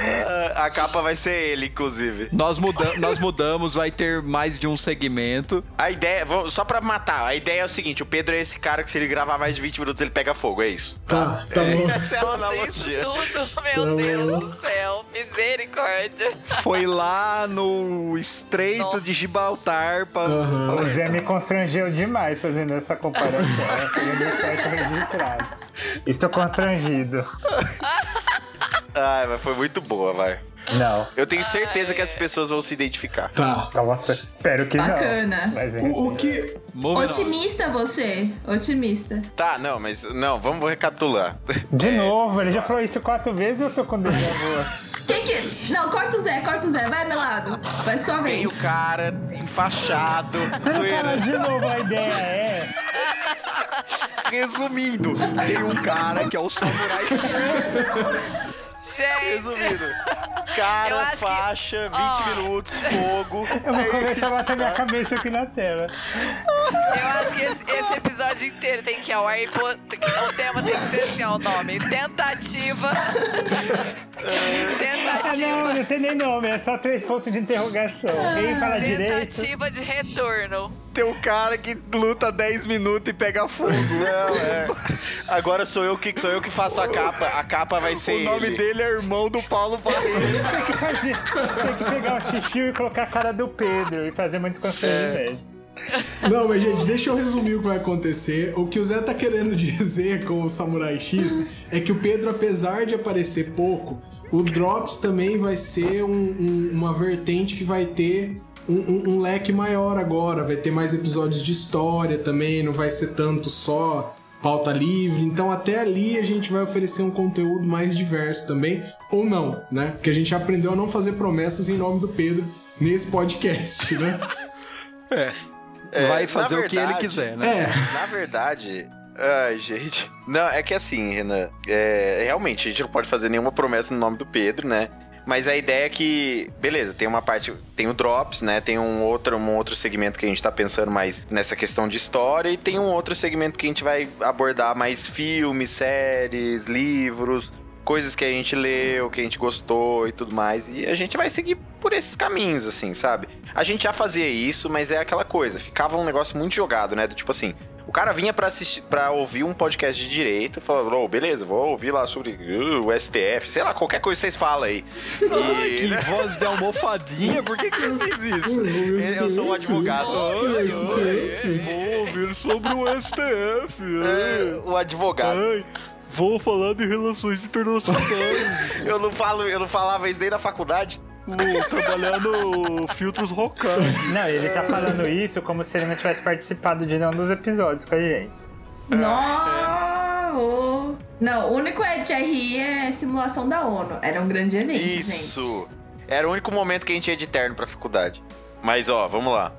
Ah, A capa vai ser ele, inclusive.
Nós, muda nós mudamos, vai ter mais de um segmento.
A ideia, vamos- só pra matar, a ideia é o seguinte: o Pedro é esse cara que se ele gravar mais de 20 minutos ele pega fogo, é isso.
Tá, tá bom.
Essa é a
Nossa, isso
analogia.
tudo, meu
Não.
Deus do céu. Misericórdia.
Foi lá no Estreito
Nossa.
de Gibraltar pra.
Aham.
O Zé me constrangeu demais fazendo essa comparação. Eu queria deixar isso registrado. Estou constrangido.
Ai, mas foi muito boa, vai.
Não.
Eu tenho certeza que as pessoas vão se identificar.
Tá.
Nossa, espero que
Bacana.
não. Mas, enfim.
O, o que.
Moving on.
Otimista você. Otimista.
Tá, não, mas não, vamos recapitular.
De novo, ele já falou isso quatro vezes e eu tô com déjà vu.
Quem que. Não, corta o Zé, corta o Zé. Vai, meu lado. Vai sua
Tem
vez.
o cara enfaixado,
Cara,
zoeira.
de novo a ideia é.
Resumindo, tem um cara que é o Samurai
Gente,
Resumindo. Cara,
Eu acho que-
faixa, 20
ó.
minutos, fogo.
Eu vou começar a bater minha cabeça aqui na tela.
eu acho que esse, esse episódio inteiro tem que ir ao ar. e pô- O tema tem que ser assim, ó, o nome. Tentativa.
Ah,
um
não,
Tentativa.
não tem nem nome, é só três pontos de interrogação. Quem fala direito.
Tentativa de retorno.
Tem um cara que luta 10 minutos e pega fogo.
Não, é. Agora sou eu que sou eu que faço a capa. A capa vai ser
o nome
ele.
dele é irmão do Paulo Parreira.
Tem que fazer.
É.
Tem que pegar o xixi e colocar a cara do Pedro e fazer muito constrangimento.
Não, mas gente, deixa eu resumir o que vai acontecer. O que o Zé tá querendo dizer com o Samurai X é que o Pedro, apesar de aparecer pouco, o Drops também vai ser um- um- uma vertente que vai ter um, um- um leque maior agora. Vai ter mais episódios de história também, não vai ser tanto só pauta livre. Então até ali a gente vai oferecer um conteúdo mais diverso também, ou não, né? Porque a gente aprendeu a não fazer promessas em nome do Pedro nesse podcast, né?
É,
Vai
na
fazer o que ele
verdade-
quiser, né?
É.
Na verdade. Ai, gente. Não, é que assim, Renan. é, realmente, a gente não pode fazer nenhuma promessa no nome do Pedro, né? Mas a ideia é que, beleza, tem uma parte, tem o Drops, né? Tem um outro, um outro segmento que a gente tá pensando mais nessa questão de história, e tem um outro segmento que a gente vai abordar mais filmes, séries, livros, coisas que a gente leu, que a gente gostou e tudo mais. E a gente vai seguir por esses caminhos, assim, sabe? A gente já fazia isso, mas é aquela coisa, ficava um negócio muito jogado, né? Do tipo assim, o cara vinha pra assistir, para ouvir um podcast de direita, falando, "Ô, beleza, vou ouvir lá sobre uh, o STF, sei lá, qualquer coisa que vocês falam aí. E, né?
Que é, voz de almofadinha, por que, que você fez isso?
eu sou um advogado.
Oi, esse teu-
Vou ouvir sobre o STF.
É, o advogado.
Ai, vou falar de relações internacionais.
Eu não falo, eu não falava isso nem na faculdade.
vou trabalhar no Filtros Rocan.
Não, ele tá falando isso como se ele não tivesse participado de nenhum dos episódios com a gente.
Nossa! ô. Não, o único é de RI é simulação da ONU. Era um grande evento, gente.
Isso. Era o único momento que a gente ia de terno pra faculdade. Mas ó, vamos lá.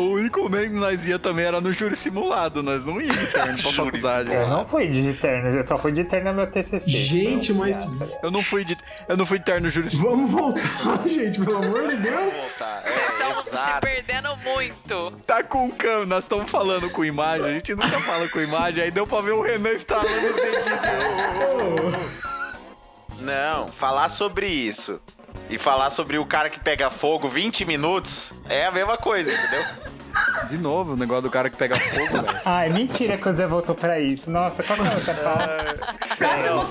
O único momento que nós ia também era no júri simulado, nós não ia interno pra
Júri
faculdade.
simulado.
Eu não fui de terno, eu só fui de terno no meu TCC.
Então,
Gente, mas
Eu não fui de, eu não fui interno no júri simulado.
vamos voltar, gente, pelo amor de Deus.
Voltar.
Estão se
É, exato.
perdendo muito.
Tá com câmera, nós estamos falando com imagem, a gente nunca fala com imagem, aí deu pra ver o Renan estralando os dedinhos.
Não, falar sobre isso e falar sobre o cara que pega fogo 20 minutos é a mesma coisa, entendeu?
De novo, o negócio do cara que pega fogo, velho.
Ai, mentira que o Zé voltou pra isso. Nossa, qual que é a outra pauta?
Próximo
Cancela o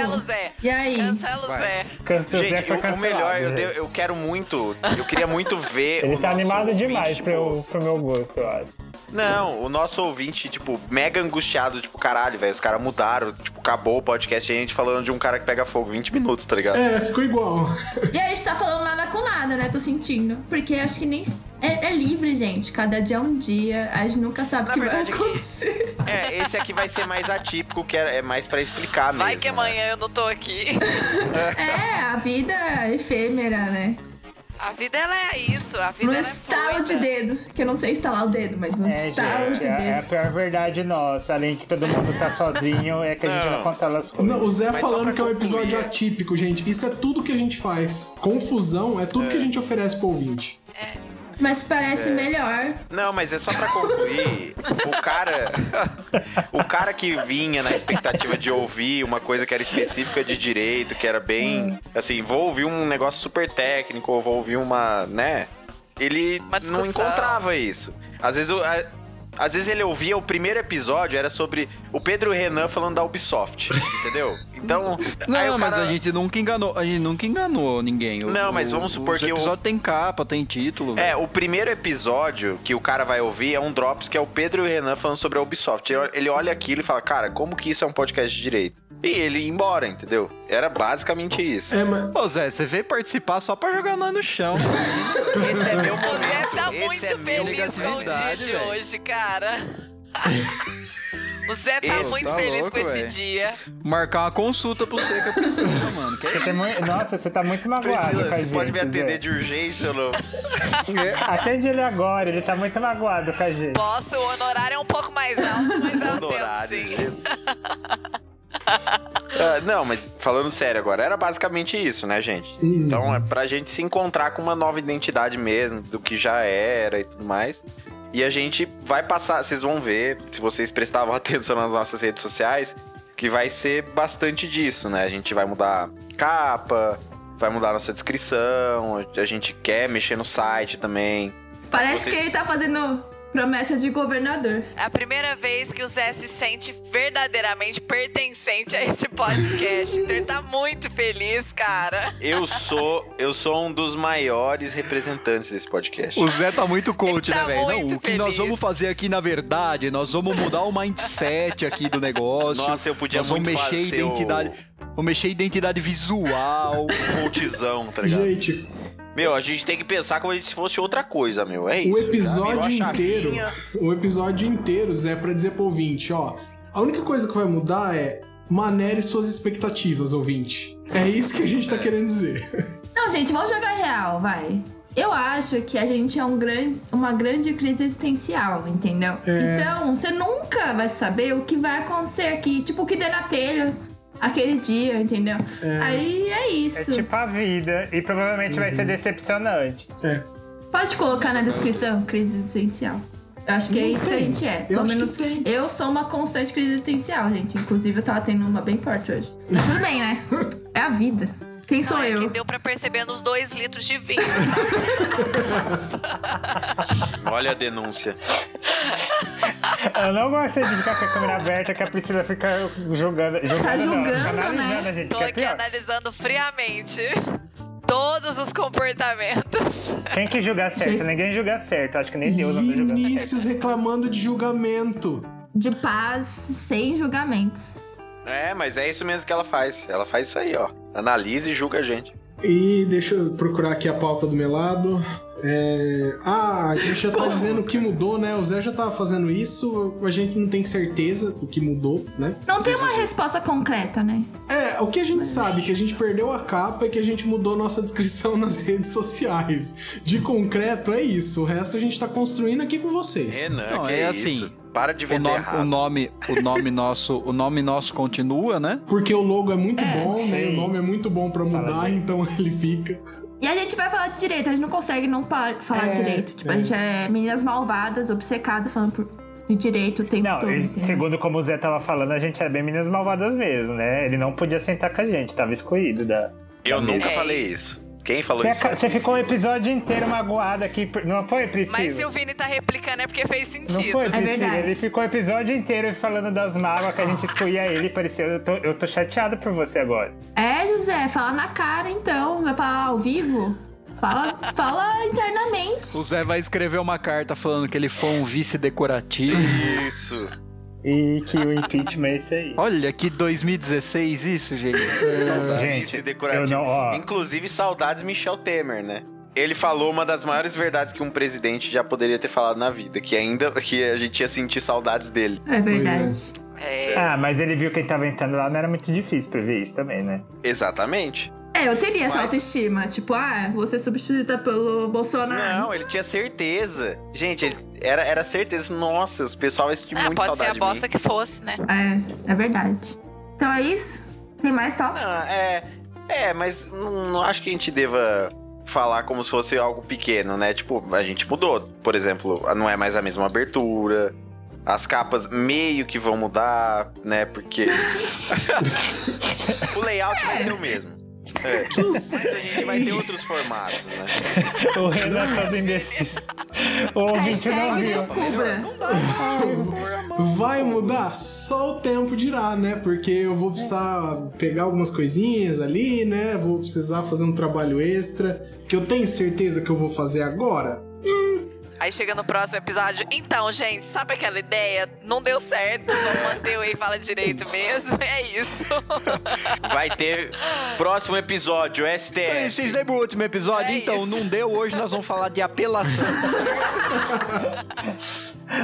tópico.
Zé.
E aí?
Cancela o Zé.
Cancel, Zé
Gente,
foi
o, o
cancelado,
melhor, eu,
gente.
de- eu quero muito, eu queria muito ver.
né? Ele
o
tá
nosso
animado
ouvinte,
demais
tipo,
pro, pro meu gosto, eu acho.
Não, o nosso ouvinte, tipo, mega angustiado, tipo, caralho, velho, os caras mudaram, tipo, acabou o podcast e a gente falando de um cara que pega fogo 20 minutos, tá ligado?
É, ficou igual.
E aí, a gente tá falando nada com nada, né? Tô sentindo. Porque acho que nem. É, é livre, gente. Cada dia é um dia. A gente nunca sabe o
Na
que vai
verdade, é que-
acontecer.
É, esse aqui vai ser mais atípico, que é, é mais pra explicar mesmo.
Vai que
né?
amanhã eu não tô aqui.
É, a vida é efêmera, né?
A vida ela é isso, a vida
No
ela é
estalo
fluida.
de dedo. Que eu não sei estalar o dedo, mas no estalo de
é, é a
dedo.
pior verdade nossa. Além que todo mundo tá sozinho, é que a gente não,
Não.
controla as coisas.
Não, o Zé
Mas só
falando
pra
que é um episódio
concluir, é.
atípico, gente. Isso é tudo que a gente faz. Confusão é tudo que a gente oferece pro ouvinte.
Mas parece melhor.
Não, mas é só pra concluir, o cara o cara que vinha na expectativa de ouvir uma coisa que era específica de direito, que era
Hum.
bem, assim, vou ouvir um negócio super técnico, ou vou ouvir uma, né? Ele
Uma
não
discussão.
encontrava isso. Às vezes o- a- às vezes ele ouvia o primeiro episódio era sobre o Pedro Renan falando da Ubisoft, entendeu? Então, aí
Não,
o
mas
cara-
a gente nunca enganou, a gente nunca enganou ninguém. O-
Não, mas vamos supor
os
que um o-
episódio tem capa, tem título.
É, o primeiro episódio que o cara vai ouvir é um Drops, que é o Pedro e o Renan falando sobre a Ubisoft. Ele- Ele olha aquilo e fala, cara, como que isso é um podcast de direito? E ele ia embora, entendeu? Era basicamente isso.
É, mas.
Ô Zé, você veio participar só pra jogar nós no chão.
Esse é meu
O Zé tá
Esse
muito
é meu
feliz com o dia
negatividade,
de
velho.
hoje, cara. O Zé tá
Esse
muito
tá
feliz
louco,
com esse
velho.
dia.
Marcar uma consulta pro Seca precisa, mano. Que
é
Você tem mui- Nossa, você tá muito magoado.
Priscila,
com a
você
gente,
pode me atender
Zé.
de urgência ou não?
Atende ele agora, ele tá muito magoado com a gente.
Posso, o honorário é um pouco mais alto, mas é
Honorário,
sim.
gente. Ah, não, mas falando sério agora, era basicamente isso, né, gente? Então é pra gente se encontrar com uma nova identidade mesmo, do que já era e tudo mais. E a gente vai passar, vocês vão ver, se vocês prestavam atenção nas nossas redes sociais, que vai ser bastante disso, né? A gente vai mudar capa, vai mudar nossa descrição, a gente quer mexer no site também.
Parece
Vocês-
que ele tá fazendo Promessa de governador.
É a primeira vez que o Zé se sente verdadeiramente pertencente a esse podcast. Então ele tá muito feliz, cara.
Eu sou, eu sou um dos maiores representantes desse podcast.
O Zé tá muito coach,
Ele tá
né, velho? Não,
muito
o que nós
feliz.
vamos fazer aqui, na verdade, nós vamos mudar o mindset aqui do negócio.
Nossa, eu podia
nós vamos
muito
mexer
fazer
a identidade. Vamos mexer a identidade visual.
Cultizão, tá ligado?
Gente,
Meu, a gente tem que pensar como a gente se fosse outra coisa, meu. É isso.
o
já virou
episódio
a chavinha.
inteiro, o episódio inteiro, Zé, é pra dizer pro ouvinte, ó, a única coisa que vai mudar é manere suas expectativas, ouvinte. É isso que a gente tá querendo dizer.
Não, gente, vamos jogar real, vai. Eu acho que a gente é um gran... uma grande crise existencial, entendeu?
É.
Então, você nunca vai saber o que vai acontecer aqui. Tipo, o que der na telha aquele dia, entendeu? Aí é
É
isso.
tipo a vida, e provavelmente vai
Uhum.
ser decepcionante.
É.
Pode colocar na descrição, crise existencial. Eu acho que é
Não
isso que a
tem.
gente é.
Eu
Pelo
acho que
menos
tem.
eu sou uma constante crise existencial, gente. Inclusive, eu tava tendo uma bem forte hoje. Mas tudo bem, né? É a vida. Quem sou
Não, é
eu?
que deu pra perceber nos dois litros de vinho.
Olha a denúncia.
Eu não gostei de ficar com a câmera aberta, que a Priscila fica jogando. jogando não,
Tá julgando,
analisando
né?
a gente,
Tô
que é
aqui
pior.
analisando friamente todos os comportamentos.
Tem que julgar certo,
Sim.
ninguém julga certo. Acho que nem Deus anda julgando certo.
É. Vinícius reclamando de julgamento.
De paz, sem julgamentos.
É, mas é isso mesmo que ela faz. Ela faz isso aí, ó. Analisa e julga a gente.
E deixa eu procurar aqui a pauta do meu lado. É, Ah, a gente já tá dizendo o que mudou, né? O Zé já tava fazendo isso, a gente não tem certeza do que mudou, né?
Não tem uma resposta concreta, né?
É, o que a gente sabe que a gente perdeu a capa e que a gente mudou nossa descrição nas redes sociais. De concreto é isso, o resto a gente tá construindo aqui com vocês.
Renan,
Não,
que
é
é
assim,
isso? Para de
o,
vender
nome,
errado.
o nome, o nome nosso, o nome nosso continua, né?
Porque o logo é muito bom, né? O
Ei.
nome é muito bom pra mudar, então ele fica.
E a gente vai falar de direito, a gente não consegue não pa- falar
É,
direito. Tipo,
é.
a gente é meninas malvadas, obcecada, falando por- de direito o tempo
Não,
todo.
e
entendeu?
segundo como o Zé tava falando, a gente é bem meninas malvadas mesmo, né? Ele não podia sentar com a gente, tava excluído da.
Eu nunca
É
falei
isso.
isso. Quem falou
Você,
isso?
aca- você ficou o episódio inteiro magoado aqui, por- não foi, Priscila?
Mas se o Vini tá replicando é porque fez
Não
sentido.
foi, Priscila.
verdade.
ele ficou o episódio inteiro falando das mágoas que a gente excluía ele. Parecia, eu tô, eu tô chateado por você agora.
É, José, fala na cara então. Vai falar ao vivo? Fala, fala
O
internamente.
Zé vai escrever uma carta falando que ele foi um vice decorativo.
Isso.
E que o impeachment é isso aí.
Olha que 2016 isso, gente.
É.
Gente,
Vice Tá, é decorativo.
eu não, ó.
Inclusive, saudades Michel Temer, né? Ele falou uma das maiores verdades que um presidente já poderia ter falado na vida, que ainda que a gente ia sentir saudades dele.
É verdade.
É.
Ah, mas ele viu quem tava entrando lá, não era muito difícil prever isso também, né?
Exatamente.
É, eu teria essa
Mas-
autoestima. Tipo, ah, você substituída pelo
Ah.
Bolsonaro.
Não, ele tinha certeza. Gente, ele era, era certeza. Nossa, o pessoal vai sentir
É,
muito
pode ser
saudade
a
de
bosta
mim.
que fosse, né?
É, é verdade. Então é isso? Tem mais top?
Ah, é, é, mas não, não acho que a gente deva falar como se fosse algo pequeno, né? Tipo, a gente mudou. Por exemplo, não é mais a mesma abertura. As capas meio que vão mudar, né? Porque. o layout vai ser o mesmo. É.
um
Mas a gente vai ter outros formatos, né?
O Renan todo imbecil. O ouvinte não
Hashtag
viu.
descubra.
Vai mudar? Só o tempo dirá, né? Porque eu vou precisar pegar algumas coisinhas ali, né? Vou precisar fazer um trabalho extra. Que eu tenho certeza que eu vou fazer agora.
Aí chega no próximo episódio. Então, gente, sabe aquela ideia? Não deu certo. Vamos manter o Ei Fala Direito mesmo. É isso.
Vai ter próximo episódio,
Ei,
STF.
Vocês lembram o último episódio?
É
então,
isso. Então
não deu hoje, nós vamos falar de apelação.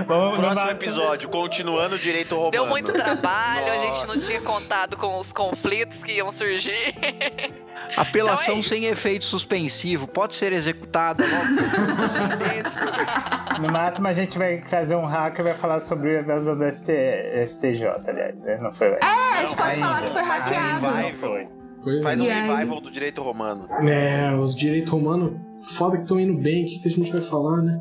Vamos,
Próximo
vamos-
episódio, continuando o direito romano.
Deu muito trabalho, a gente
Nossa.
não tinha contado com os conflitos que iam surgir.
Apelação
Então é isso.
sem efeito suspensivo pode ser executada logo. sem dentes.
No máximo a gente vai trazer um hacker e vai falar sobre a causa do ST, STJ, aliás, né? Não foi.
É, a gente pode falar que foi hackeado.
Não foi.
Coisa
Faz um
E aí?
revival do direito romano.
É, os direitos romanos, foda que estão indo bem, o que, que a gente vai falar, né?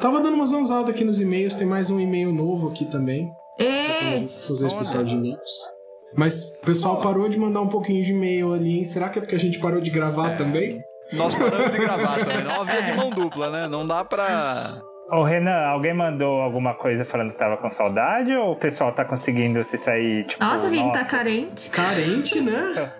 Tava dando uma zanzada aqui nos e-mails, tem mais um e-mail novo aqui também.
Ei!
Vou fazer especial de e-mails. Mas o pessoal parou de mandar um pouquinho de e-mail ali, hein? Será que é porque a gente parou de gravar também?
Nós paramos de gravar também. Não havia de mão dupla, né? Não dá pra.
Ô Renan, alguém mandou alguma coisa falando que tava com saudade ou o pessoal tá conseguindo se sair, tipo.
Nossa, Vini, tá carente.
Carente, né?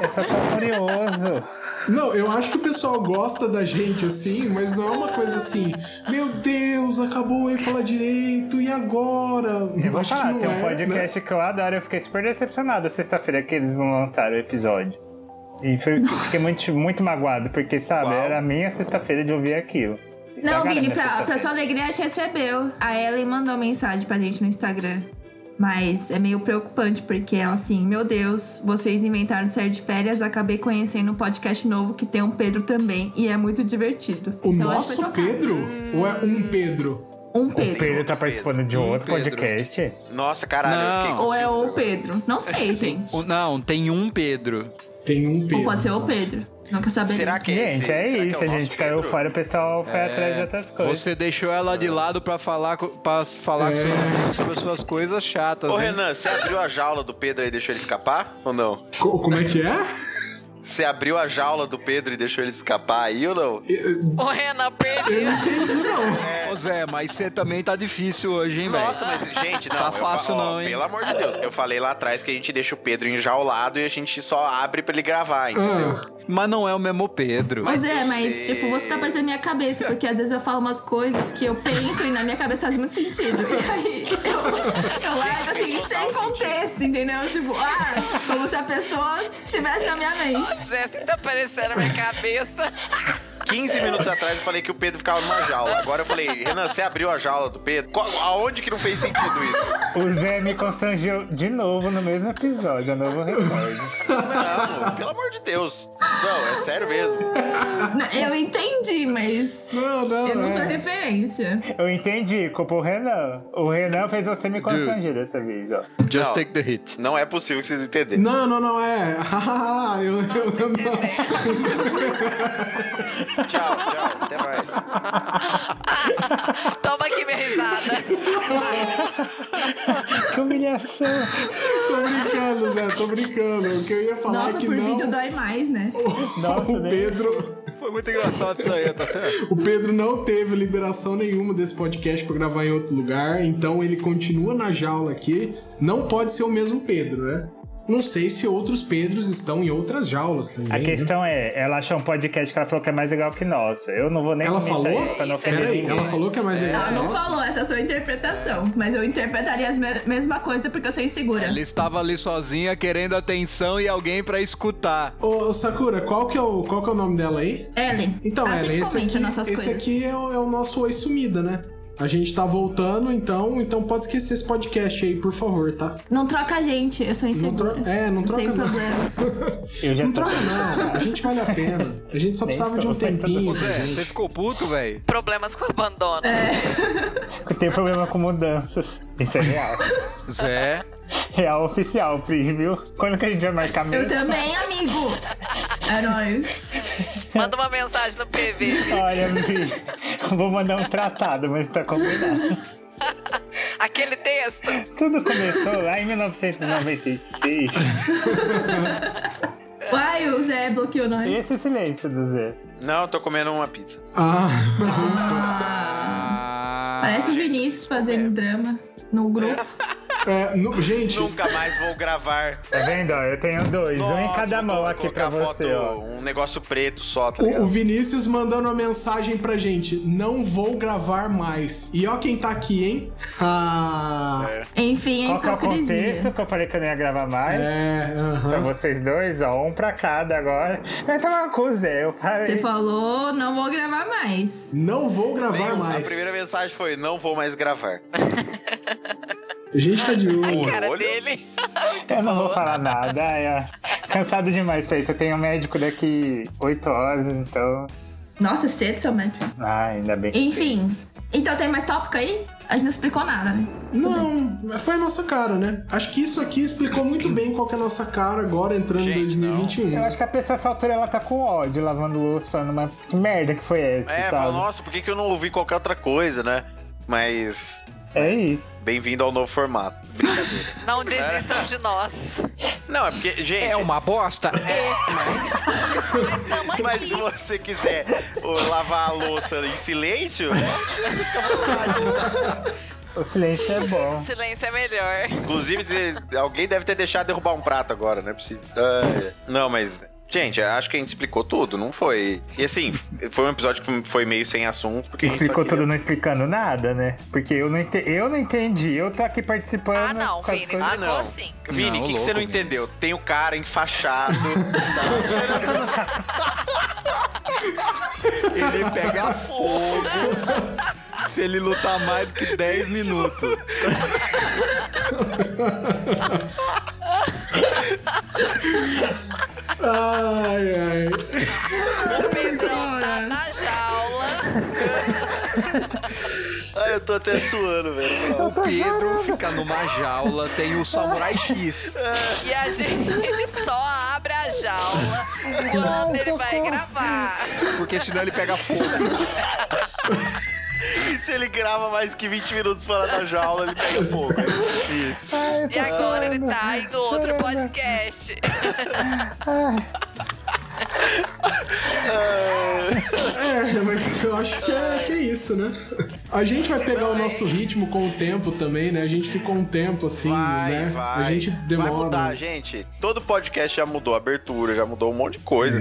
Eu só tô curioso.
Não, eu acho que o pessoal gosta da gente assim, mas não é uma coisa assim, meu Deus, acabou eu falar direito, e agora?
Eu vou
acho que
falar,
não
tem um
é, né?
podcast que eu adoro, eu fiquei super decepcionado sexta-feira que eles não lançaram o episódio. E fui- fiquei muito, muito magoado, porque, sabe,
Uau.
era a minha sexta-feira de ouvir aquilo.
Não,
Estragaram a
Vini,
minha
pra, pra
sexta-feira.
sua alegria, a gente recebeu. A Ellen mandou mensagem pra gente no Instagram. Mas é meio preocupante, porque ela assim, meu Deus, vocês inventaram sair de férias, acabei conhecendo um podcast novo que tem um Pedro também, e é muito divertido.
O
Então, a gente foi
nosso
trocado.
Pedro? Ou é um Pedro?
Um
O
Pedro.
Pedro tá participando de
Pedro.
outro
Hum, Pedro.
podcast.
Nossa, caralho, eu fiquei
Não.
com
Ou é
ciúmes
o
agora.
Pedro. Não sei, gente.
O- Não, tem um Pedro.
Tem um Pedro.
Ou pode ser o Pedro. Nunca sabemos.
Será que é esse?
Gente, é
Será que
isso,
o
a gente
nosso
caiu
Pedro?
fora, o pessoal foi
É,
atrás de outras coisas.
Você deixou ela de lado pra falar, co- pra falar com seus amigos sobre as suas coisas chatas.
Ô
né?
hein?
Renan, você abriu a jaula do Pedro e deixou ele escapar? Ou não?
Co- como é que é?
Você abriu a jaula do Pedro e deixou ele escapar aí ou não?
Ô, Renan, perdi.
Eu não entendi, não.
Ô Zé, mas você também tá difícil hoje, hein, velho?
Nossa, mas gente, não.
Tá
eu fa-
fácil
ó,
não, hein?
Pelo amor de Deus. Eu falei lá atrás que a gente deixa o Pedro enjaulado e a gente só abre pra ele gravar, então. entendeu?
Ah,
Mas não é o mesmo Pedro.
Mas é,
eu
mas
sei.
tipo, você tá parecendo minha cabeça, porque às vezes eu falo umas coisas que eu penso e na minha cabeça faz muito sentido. E aí eu, eu largo assim, sem contexto, entendeu? Tipo, ah, como se a pessoa estivesse na minha mente.
Zé, você tá aparecendo na minha cabeça.
15 minutos atrás eu falei que o Pedro ficava numa jaula. Agora eu falei, Renan, você abriu a jaula do Pedro? Qual- aonde que não fez sentido isso?
O Zé me constrangeu de novo no mesmo episódio, é um novo recorde.
Não, pelo amor de Deus. Não, é sério mesmo.
Não, Eu entendi, mas
não, não.
eu não sou
é.
referência.
Eu entendi, culpa o Renan. O Renan fez você me constranger dessa vez, ó.
Just
Não.
take the hit.
Não é possível que vocês entenderem.
Não, não, não, é. eu, eu, não.
Tchau, tchau. Até mais.
Toma aqui minha risada.
Que humilhação.
Tô brincando, Zé, tô brincando. O que eu ia falar
Nossa,
é que
por
não. é
vídeo dói mais, né?
Nossa,
o
né?
Pedro,
Foi muito engraçado isso aí, tá?
o Pedro não teve liberação nenhuma desse podcast pra gravar em outro lugar, então ele continua na jaula aqui. Não pode ser o mesmo Pedro, né? Não sei se outros Pedros estão em outras jaulas também.
A
né?
questão é, ela achou um podcast que ela falou que é mais legal que nosso. Eu não vou nem
Ela
comentar
falou?
isso pra não
Isso é
ofender
Peraí,
ninguém.
ela falou que é mais legal.
Ela não
Nossa.
falou, essa é a sua interpretação. Mas eu interpretaria a mesma coisa porque eu sou insegura.
Ela estava ali sozinha, querendo atenção e alguém pra escutar.
Ô, ô, Sakura, qual que, é o, qual que é o nome dela aí?
Ellen,
Então,
ela
Ellen,
sempre
esse
Ah, comenta
aqui,
nossas
esse
coisas.
aqui é o, é o nosso Oi Sumida, né? A gente tá voltando, então, então pode esquecer esse podcast aí, por favor, tá?
Não troca a gente, eu sou
Não
insegura.
tro- É, não troca
tem
não.
problemas.
Eu já
Não
tô-
troca não, a gente vale a pena. A gente só precisava de um
troca,
tempinho.
Ô Zé,
gente.
você ficou puto, velho?
Problemas com abandono.
Tem problema com mudanças. Isso é real.
Zé.
Real oficial, Pri, viu? Quando que a gente vai marcar
Eu
mesmo?
também, amigo. É nóis.
Manda uma mensagem no PV.
Olha, Pri, vou mandar um tratado, mas tá combinado.
Aquele texto.
Tudo começou lá em 1996.
Uai, o Zé bloqueou nós.
Esse é o silêncio do Zé.
Não, eu tô comendo uma pizza.
Ah,
Parece
Ah,
o Vinícius fazendo drama no grupo.
é, no- gente,
Nunca mais vou gravar.
Tá vendo? ó? Eu tenho dois, um em
Nossa,
cada
vou
mão
colocar
aqui pra
foto,
você, ó.
Um negócio preto só, tá
o, o
ligado?
Vinícius mandando uma mensagem pra gente. Não vou gravar mais. E ó quem tá aqui, hein? Ah,
Enfim, é
Qual que é o
hipocrisia.
contexto que eu falei que eu não ia gravar mais?
é,
Pra
aham.
vocês dois, ó, um pra cada agora. Vai tomar uma o Zé, eu parei.
Você falou, não vou gravar mais.
Não vou gravar
A
mais.
primeira mensagem foi: não vou mais gravar.
A gente tá de
Por
olho.
Cara
olho?
dele.
Eu não vou falar nada, ai, ó. Cansado demais pra isso. Eu tenho um médico daqui 8 horas, então.
Nossa, cedo, seu médico.
Ah, ainda bem.
Enfim. Então tem mais tópico aí? A gente não explicou nada, né?
Não, foi a nossa cara, né? Acho que isso aqui explicou muito bem qual que é a nossa cara agora entrando em
Gente, não.
2021.
Eu acho que a pessoa essa altura ela tá com ódio lavando louça, falando, mas que merda que foi essa,
É,
sabe?
falou, nossa, por que, que eu não ouvi qualquer outra coisa, né? Mas.
É isso.
Bem-vindo ao novo formato. Brincadeira.
Não desistam de nós.
Não, é porque, gente.
É uma bosta? É.
Tamo aqui.
Mas se você quiser ô, lavar a louça em silêncio, né?
O silêncio é bom.
Silêncio é melhor.
inclusive de- alguém deve ter deixado derrubar um prato agora, né? Preciso- Ah, é. não, mas gente, acho que a gente explicou tudo, não foi? E assim, foi um episódio que foi meio sem assunto porque a gente só
Explicou
queria-
tudo não explicando nada, né? Porque eu não, ente- eu não entendi. Eu tô aqui participando.
Ah, não,
com as
Vini,
coisas-
Ah,
explicou assim.
não.
sim.
Vini,
Não,
o que, que você não
louco, Vinícius.
entendeu? Tem o cara enfaixado.
Ele pega fogo se ele lutar mais do que 10 minutos.
Ai, ai.
O Pedrão tá na jaula.
Ai, eu tô até suando, velho.
O Pedro fica numa jaula, tem o Samurai X.
E a gente só abre a jaula quando ele vai gravar.
Porque senão ele pega fogo.
E se ele grava mais que 20 minutos fora da jaula, ele pega fogo. Isso.
E agora ele tá em outro podcast.
É, mas eu acho que é, que é isso, né? A gente vai pegar o nosso ritmo com o tempo também, né? A gente ficou um tempo assim,
Vai,
né?
vai.
A gente demora. né?
Vai mudar, gente. Todo podcast já mudou a abertura, já mudou um monte de coisa.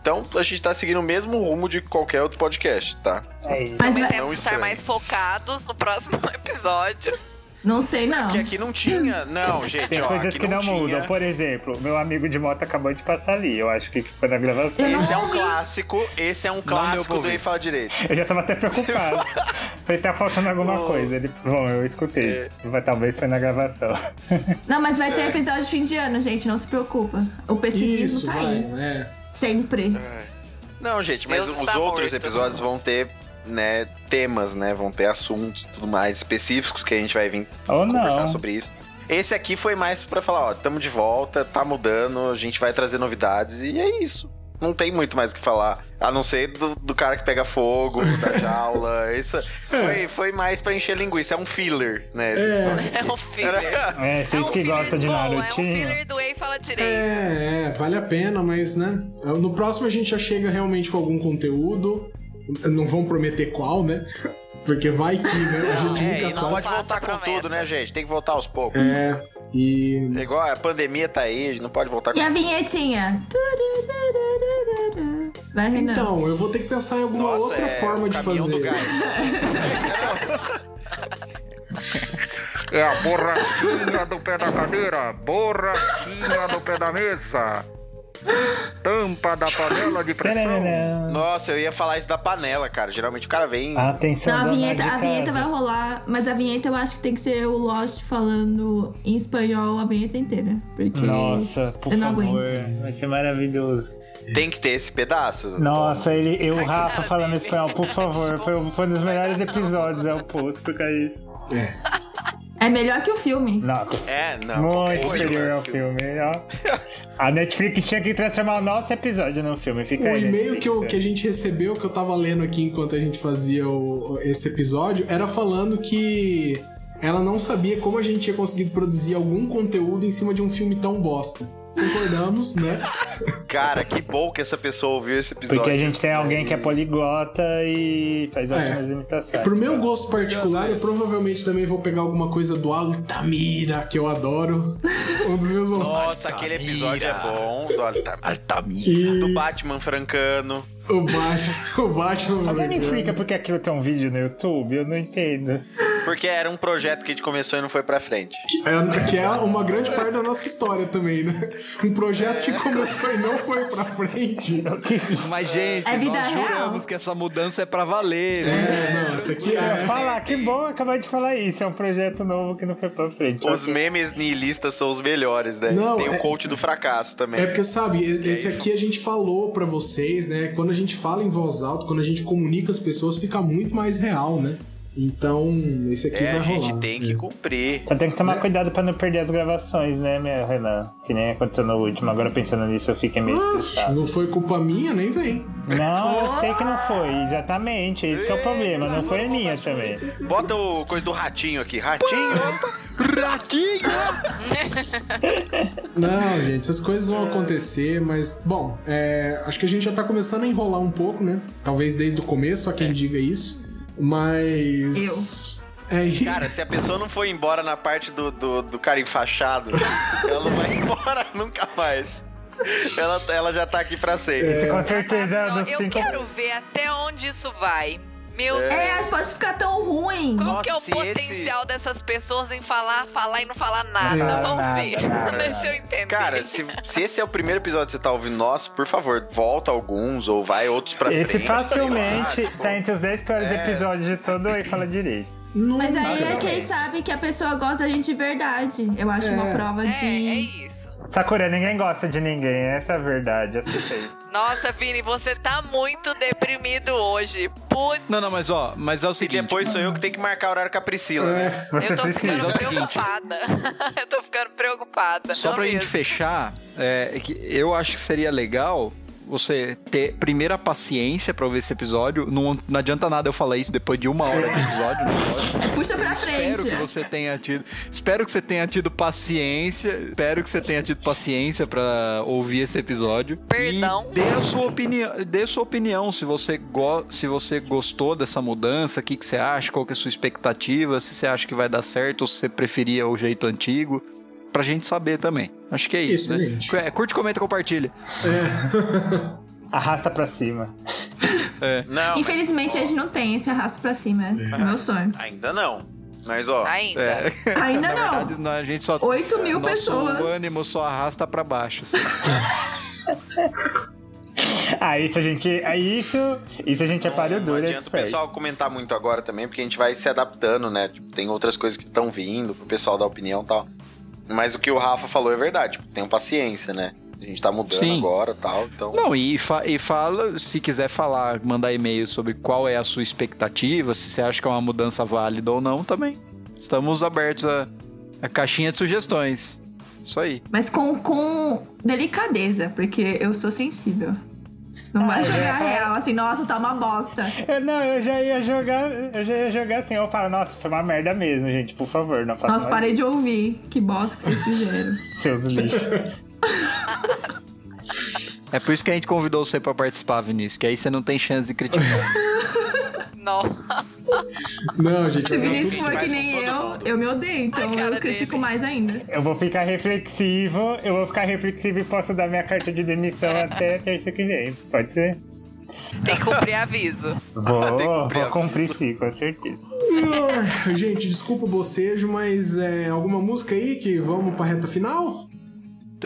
Então a gente tá seguindo o mesmo rumo de qualquer outro podcast, tá?
É isso.
Mas vai-
Temos que estar
estranho.
mais focados no próximo episódio.
não sei, não.
Porque aqui não tinha. Não, gente,
Tem
ó,
coisas
aqui
que não,
tinha.
mudam. Por exemplo, meu amigo de moto acabou de passar ali. Eu acho que foi na gravação.
Eu não
Esse é um
ouvi.
clássico, esse é um clássico
pra
do
ouvir.
Ei Fala Direito.
Eu já tava até preocupado. Falei, tá faltando alguma coisa. Ele, bom, eu escutei. Vai, talvez foi na gravação.
Não, mas vai ter episódio de fim de ano, gente. Não se preocupa. O pessimismo
Isso,
tá
vai,
aí.
né?
Sempre.
Não, gente, mas
Deus
os
está
outros
morto.
episódios vão ter, né, temas, né? Vão ter assuntos e tudo mais específicos que a gente vai vir
Ou
conversar
não.
sobre isso. Esse aqui foi mais pra falar, ó, tamo de volta, tá mudando, a gente vai trazer novidades e é isso. Não tem muito mais o que falar, a não ser do, do cara que pega fogo, da jaula. Isso foi, foi mais pra encher linguiça, é um filler, né? esse episódio.
É um filler.
É,
É
vocês
um
que
filler
gostam de
bom, é um
Narutinho.
filler do Ei Fala Direito.
É, é, vale a pena, mas, né? No próximo a gente já chega realmente com algum conteúdo. Não vão prometer qual, né? Porque vai que, né? A gente
É,
nunca
e não
sabe.
pode
Faça
voltar com
promessas.
tudo, né, gente? Tem que voltar aos poucos.
É, e.
É igual a pandemia tá aí, a gente não pode voltar com
E a vinhetinha?
É.
Turururururu. Vai, Renan.
Então, eu vou ter que pensar em alguma
Nossa,
outra
é
forma
o
de
caminhão do
fazer.
gás.
É a borrachinha do pé da cadeira, borrachinha do pé da mesa, tampa da panela de pressão.
Tarará.
Nossa, eu ia falar isso da panela, cara. Geralmente o cara vem.
Atenção,
Não, a
dona
vinheta,
Então, de
a vinheta vai
casa.
rolar, mas a vinheta eu acho que tem que ser o Lost falando em espanhol a vinheta inteira. Porque.
Nossa, por
Eu não
favor.
aguento.
Vai ser maravilhoso.
Tem que ter esse pedaço.
Nossa, ele, eu, o Rafa
cara
falando
dele.
espanhol, por favor.
Tipo,
Foi, um- foi um dos melhores episódios, é o post, porque é isso.
É melhor que o filme.
Não,
É, não. qualquer
muito
coisa,
superior
mano.
ao filme. ó. A Netflix tinha que transformar o nosso episódio num filme. Fica
O
aí,
e-mail
Netflix.
que, eu- que a gente recebeu, que eu tava lendo aqui enquanto a gente fazia o- esse episódio, era falando que ela não sabia como a gente tinha conseguido produzir algum conteúdo em cima de um filme tão bosta. Concordamos, né?
Cara, que bom que essa pessoa ouviu esse episódio.
Porque a gente tem alguém que é poliglota e faz algumas imitações.
É. Pro meu gosto particular, eu provavelmente também vou pegar alguma coisa do Altamira, que eu adoro. Um dos meus
Nossa, aquele episódio é bom. Do, Altamira.
E
do Batman francano.
o Batman. O Batman. né?
Alguém me explica por que aquilo tem um vídeo no YouTube? Eu não entendo.
Porque era um projeto que a gente começou e não foi pra frente.
É, que é uma grande parte da nossa história também, né? Um projeto que começou e não foi pra frente.
Mas, gente,
É vida
nós
real.
juramos que essa mudança é pra valer. né?
É, não, isso aqui é.
Fala, que bom acabar de falar isso. É um projeto novo que não foi pra frente.
Os memes nihilistas são os melhores, né?
Não,
tem
é-
o coach do fracasso também.
É porque, sabe, es- esse aqui a gente falou pra vocês, né? Quando a gente fala em voz alta, quando a gente comunica as pessoas, fica muito mais real, né? Então, esse aqui
É,
vai
a gente
rolar.
tem que cumprir.
Só tem que tomar cuidado pra não perder as gravações, né, meu Renan? Que nem aconteceu no último. Agora pensando nisso, eu fiquei meio
Nossa,
estressado.
não foi culpa minha, nem vem.
Não, eu sei que não foi, exatamente. Esse que é o problema, não foi minha também.
Bota o coisa do ratinho aqui. Ratinho!
Ratinho!
Não, gente, essas coisas
É.
vão acontecer, mas, bom, é, acho que a gente já tá começando a enrolar um pouco, né? Talvez desde o começo, há
É.
quem diga isso. Mas. Eu. É isso.
Cara, se a pessoa não for embora na parte do, do, do cara enfaixado, ela não vai embora nunca mais. Ela, ela já tá aqui pra sempre.
Esse com certeza é
Nossa,
dos
eu
cinco.
quero ver até onde isso vai. Meu
É,
Deus.
acho que pode ficar tão ruim.
Qual
Nossa,
que é o
se
potencial dessas pessoas em falar, falar e não falar nada?
Não,
Vamos
nada,
ver.
nada,
Deixa eu entender.
Cara, se, se esse é o primeiro episódio que você tá ouvindo nosso, por favor, volta alguns ou vai outros pra
Esse
frente. sei lá,
facilmente
tipo,
tá entre os 10 piores
É.
episódios de todo aí, fala direito.
Não,
Mas aí
cara.
é quem sabe que a pessoa gosta da gente de verdade. Eu acho uma prova
é, é
de.
isso.
Sakura, ninguém gosta de ninguém, essa é a verdade, aceitei.
Nossa, Vini, você tá muito deprimido hoje. Putz,
Não, não, mas ó, mas é o
E
seguinte.
depois sou eu que tenho que marcar horário com a Priscila, né?
Você
eu tô
precisa.
ficando
mas é o seguinte.
preocupada. eu tô ficando preocupada.
Só
não
pra gente
é mesmo.
fechar, é, que eu acho que seria legal você ter primeira paciência pra ver esse episódio. Não, não adianta nada eu falar isso depois de uma hora de episódio. Não pode.
Puxa pra
Espero
frente.
que você tenha tido, espero que você tenha tido paciência, espero que você tenha tido paciência pra ouvir esse episódio.
Perdão.
E dê a sua opinião, dê a sua opinião se você go, se você gostou dessa mudança, o que que você acha, qual que é a sua expectativa, se você acha que vai dar certo ou se você preferia o jeito antigo, pra gente saber também. Acho que é isso,
Excelente.
né? É, curte, comenta, compartilha.
Arrasta pra cima. É.
Não,
Infelizmente a gente não tem esse arrasto pra cima. É meu sonho.
ainda não. Mas ó,
Ainda.
É.
Ainda
Na verdade,
não.
não, a gente só
8 mil
nosso
pessoas.
ânimo só arrasta pra baixo. assim.
Ah, isso a gente. É isso. Isso a gente é páreo
não
duro, é
adianta o
expert.
pessoal comentar muito agora também, porque a gente vai se adaptando, né? Tipo, tem outras coisas que estão vindo pro pessoal dar opinião e tal. Mas o que o Rafa falou é verdade, tipo, tenham paciência, né? A gente tá mudando
Sim.
agora e tal, então...
Não, e, fa- e fala, se quiser falar, mandar e-mail sobre qual é a sua expectativa, se você acha que é uma mudança válida ou não, também. Estamos abertos a, a caixinha de sugestões. Isso aí.
Mas com, com delicadeza, porque eu sou sensível. Não vai jogar real assim, nossa, tá uma bosta.
Eu, não, eu já ia jogar. Eu já ia jogar assim. Eu falo, nossa, foi uma merda mesmo, gente. Por favor, não faça
Nossa,
mais
parei de ouvir. Que bosta que vocês fizeram.
seus lixos.
É por isso que a gente convidou você pra participar, Vinícius, que aí você não tem chance de criticar.
Não.
Não, gente,
Se o
vai dar
Vinícius
tudo
for que
certo.
nem eu, eu me odeio, então
Ai, cara
eu critico
dele.
mais ainda.
Eu vou ficar reflexivo. Eu vou ficar reflexivo e posso dar minha carta de demissão até terça que vem. Pode ser?
Tem que cumprir aviso.
Vou,
Tem que cumprir
vou
aviso.
cumprir sim, com certeza.
Ah, Gente, desculpa o bocejo, mas é, alguma música aí que vamos pra reta final?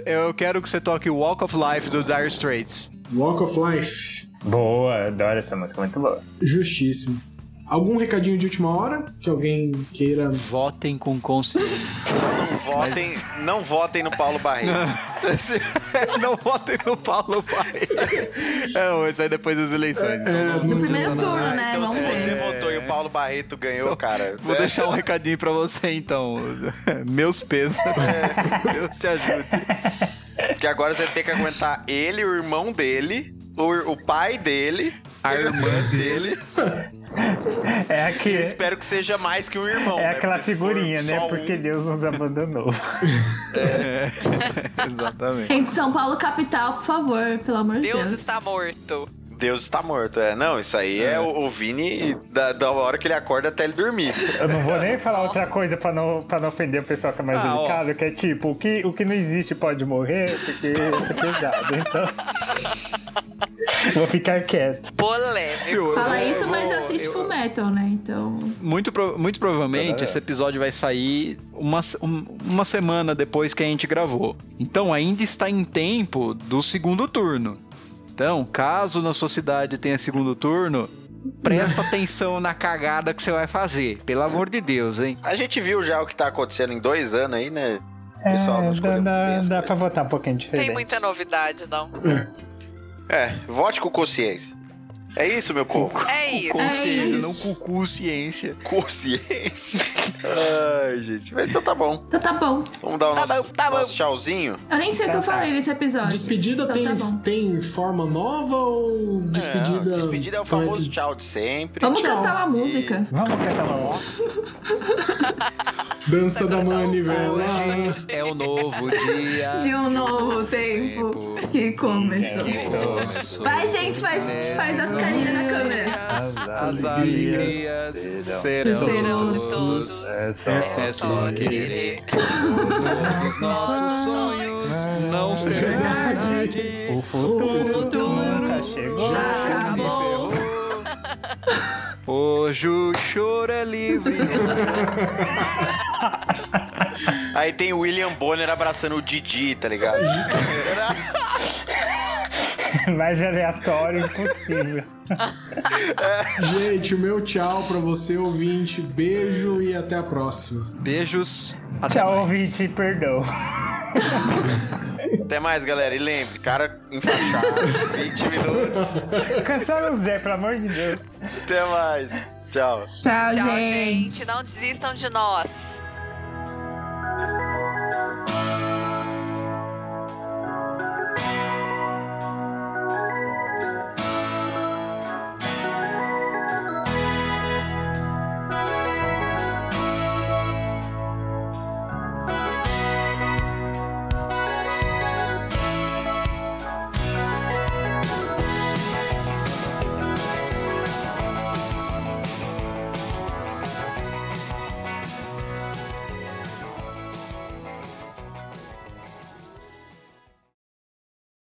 Eu quero que você toque Walk of Life do Dire Straits.
Walk of Life.
Boa, adoro essa música, muito boa.
Justíssimo. Algum recadinho de última hora que alguém queira.
Votem com consciência.
Não votem, não votem no Paulo Barreto.
não votem no Paulo Pai. É, vai sair depois das eleições.
É,
No
não-
primeiro turno, né?
então,
Vamos
se você
ver.
votou e o Paulo Barreto ganhou, cara...
Vou
é-
deixar um recadinho pra você, então. Meus pesos. Deus te ajude.
Porque agora você tem que aguentar ele, o irmão dele, o, o pai dele, a irmã dele.
É
E eu
aqui.
espero que seja mais que um irmão.
É
né?
aquela
Porque se for
figurinha, né?
só um,
Porque Deus nos abandonou.
Exatamente.
Gente, São Paulo capital, por favor, pelo amor de Deus.
Deus está morto.
Deus está morto. É, não, isso aí é, o, o Vini da, da hora que ele acorda até ele dormir.
Eu não vou nem falar outra coisa pra não, pra não ofender o pessoal que é mais
Ah, ó.
delicado, que é tipo, o que, o que não existe pode morrer, porque é pesado, então. Vou ficar quieto.
Polêmico.
Eu- eu
Fala
vou-
isso,
eu
mas
vou-
assiste
eu-
Full Metal, né? Então.
Muito, pro- muito provavelmente esse episódio vai sair uma, se- um- uma semana depois que a gente gravou. Então ainda está em tempo do segundo turno. Então, caso na sua cidade tenha segundo turno, presta atenção na cagada que você vai fazer. Pelo amor de Deus, hein?
A gente viu já o que tá acontecendo em dois anos aí, né? O
É,
pessoal não
dá,
um
escolheu muito bem
dá,
as
dá pra
coisas.
votar um pouquinho
Não tem
diferente.
muita novidade, não.
É, vote com consciência. É isso, meu coco.
É isso.
Consciência, não
isso.
cucu ciência.
Consciência. Ai, gente. Mas então tá bom.
Então tá bom.
Vamos dar o
Tá
nosso,
bom, tá bom.
nosso tchauzinho.
Eu nem sei o que eu falei nesse episódio.
Tá, Despedida
Então
tem,
tá bom.
tem forma nova ou despedida?
É, despedida é o famoso tchau de sempre.
Vamos
Tchau.
cantar uma música.
Vamos cantar uma música.
Dança da manivela.
né?
É o novo dia.
De um novo tempo que começou.
Começou.
Vai, gente, faz, faz as carinhas na câmera.
As, as
alegrias
alegrias serão,
serão
de
de
todos.
É só-
É só querer. Todos nossos sonhos não serão verdade.
O futuro,
futuro
já chegou.
já
acabou.
Hoje o choro é livre.
Aí tem o William Bonner abraçando o Didi, tá ligado?
Mais aleatório impossível.
Ah, Gente, o meu tchau pra você, ouvinte. Beijo e até a próxima.
Beijos. Até
Tchau,
mais.
ouvinte, perdão.
Até mais, galera. E lembre, cara enfaixado. 20 minutos.
Cancela o Zé, pelo amor de Deus.
Até mais. Tchau.
Tchau,
Tchau,
Ah, gente.
gente. Não desistam de nós.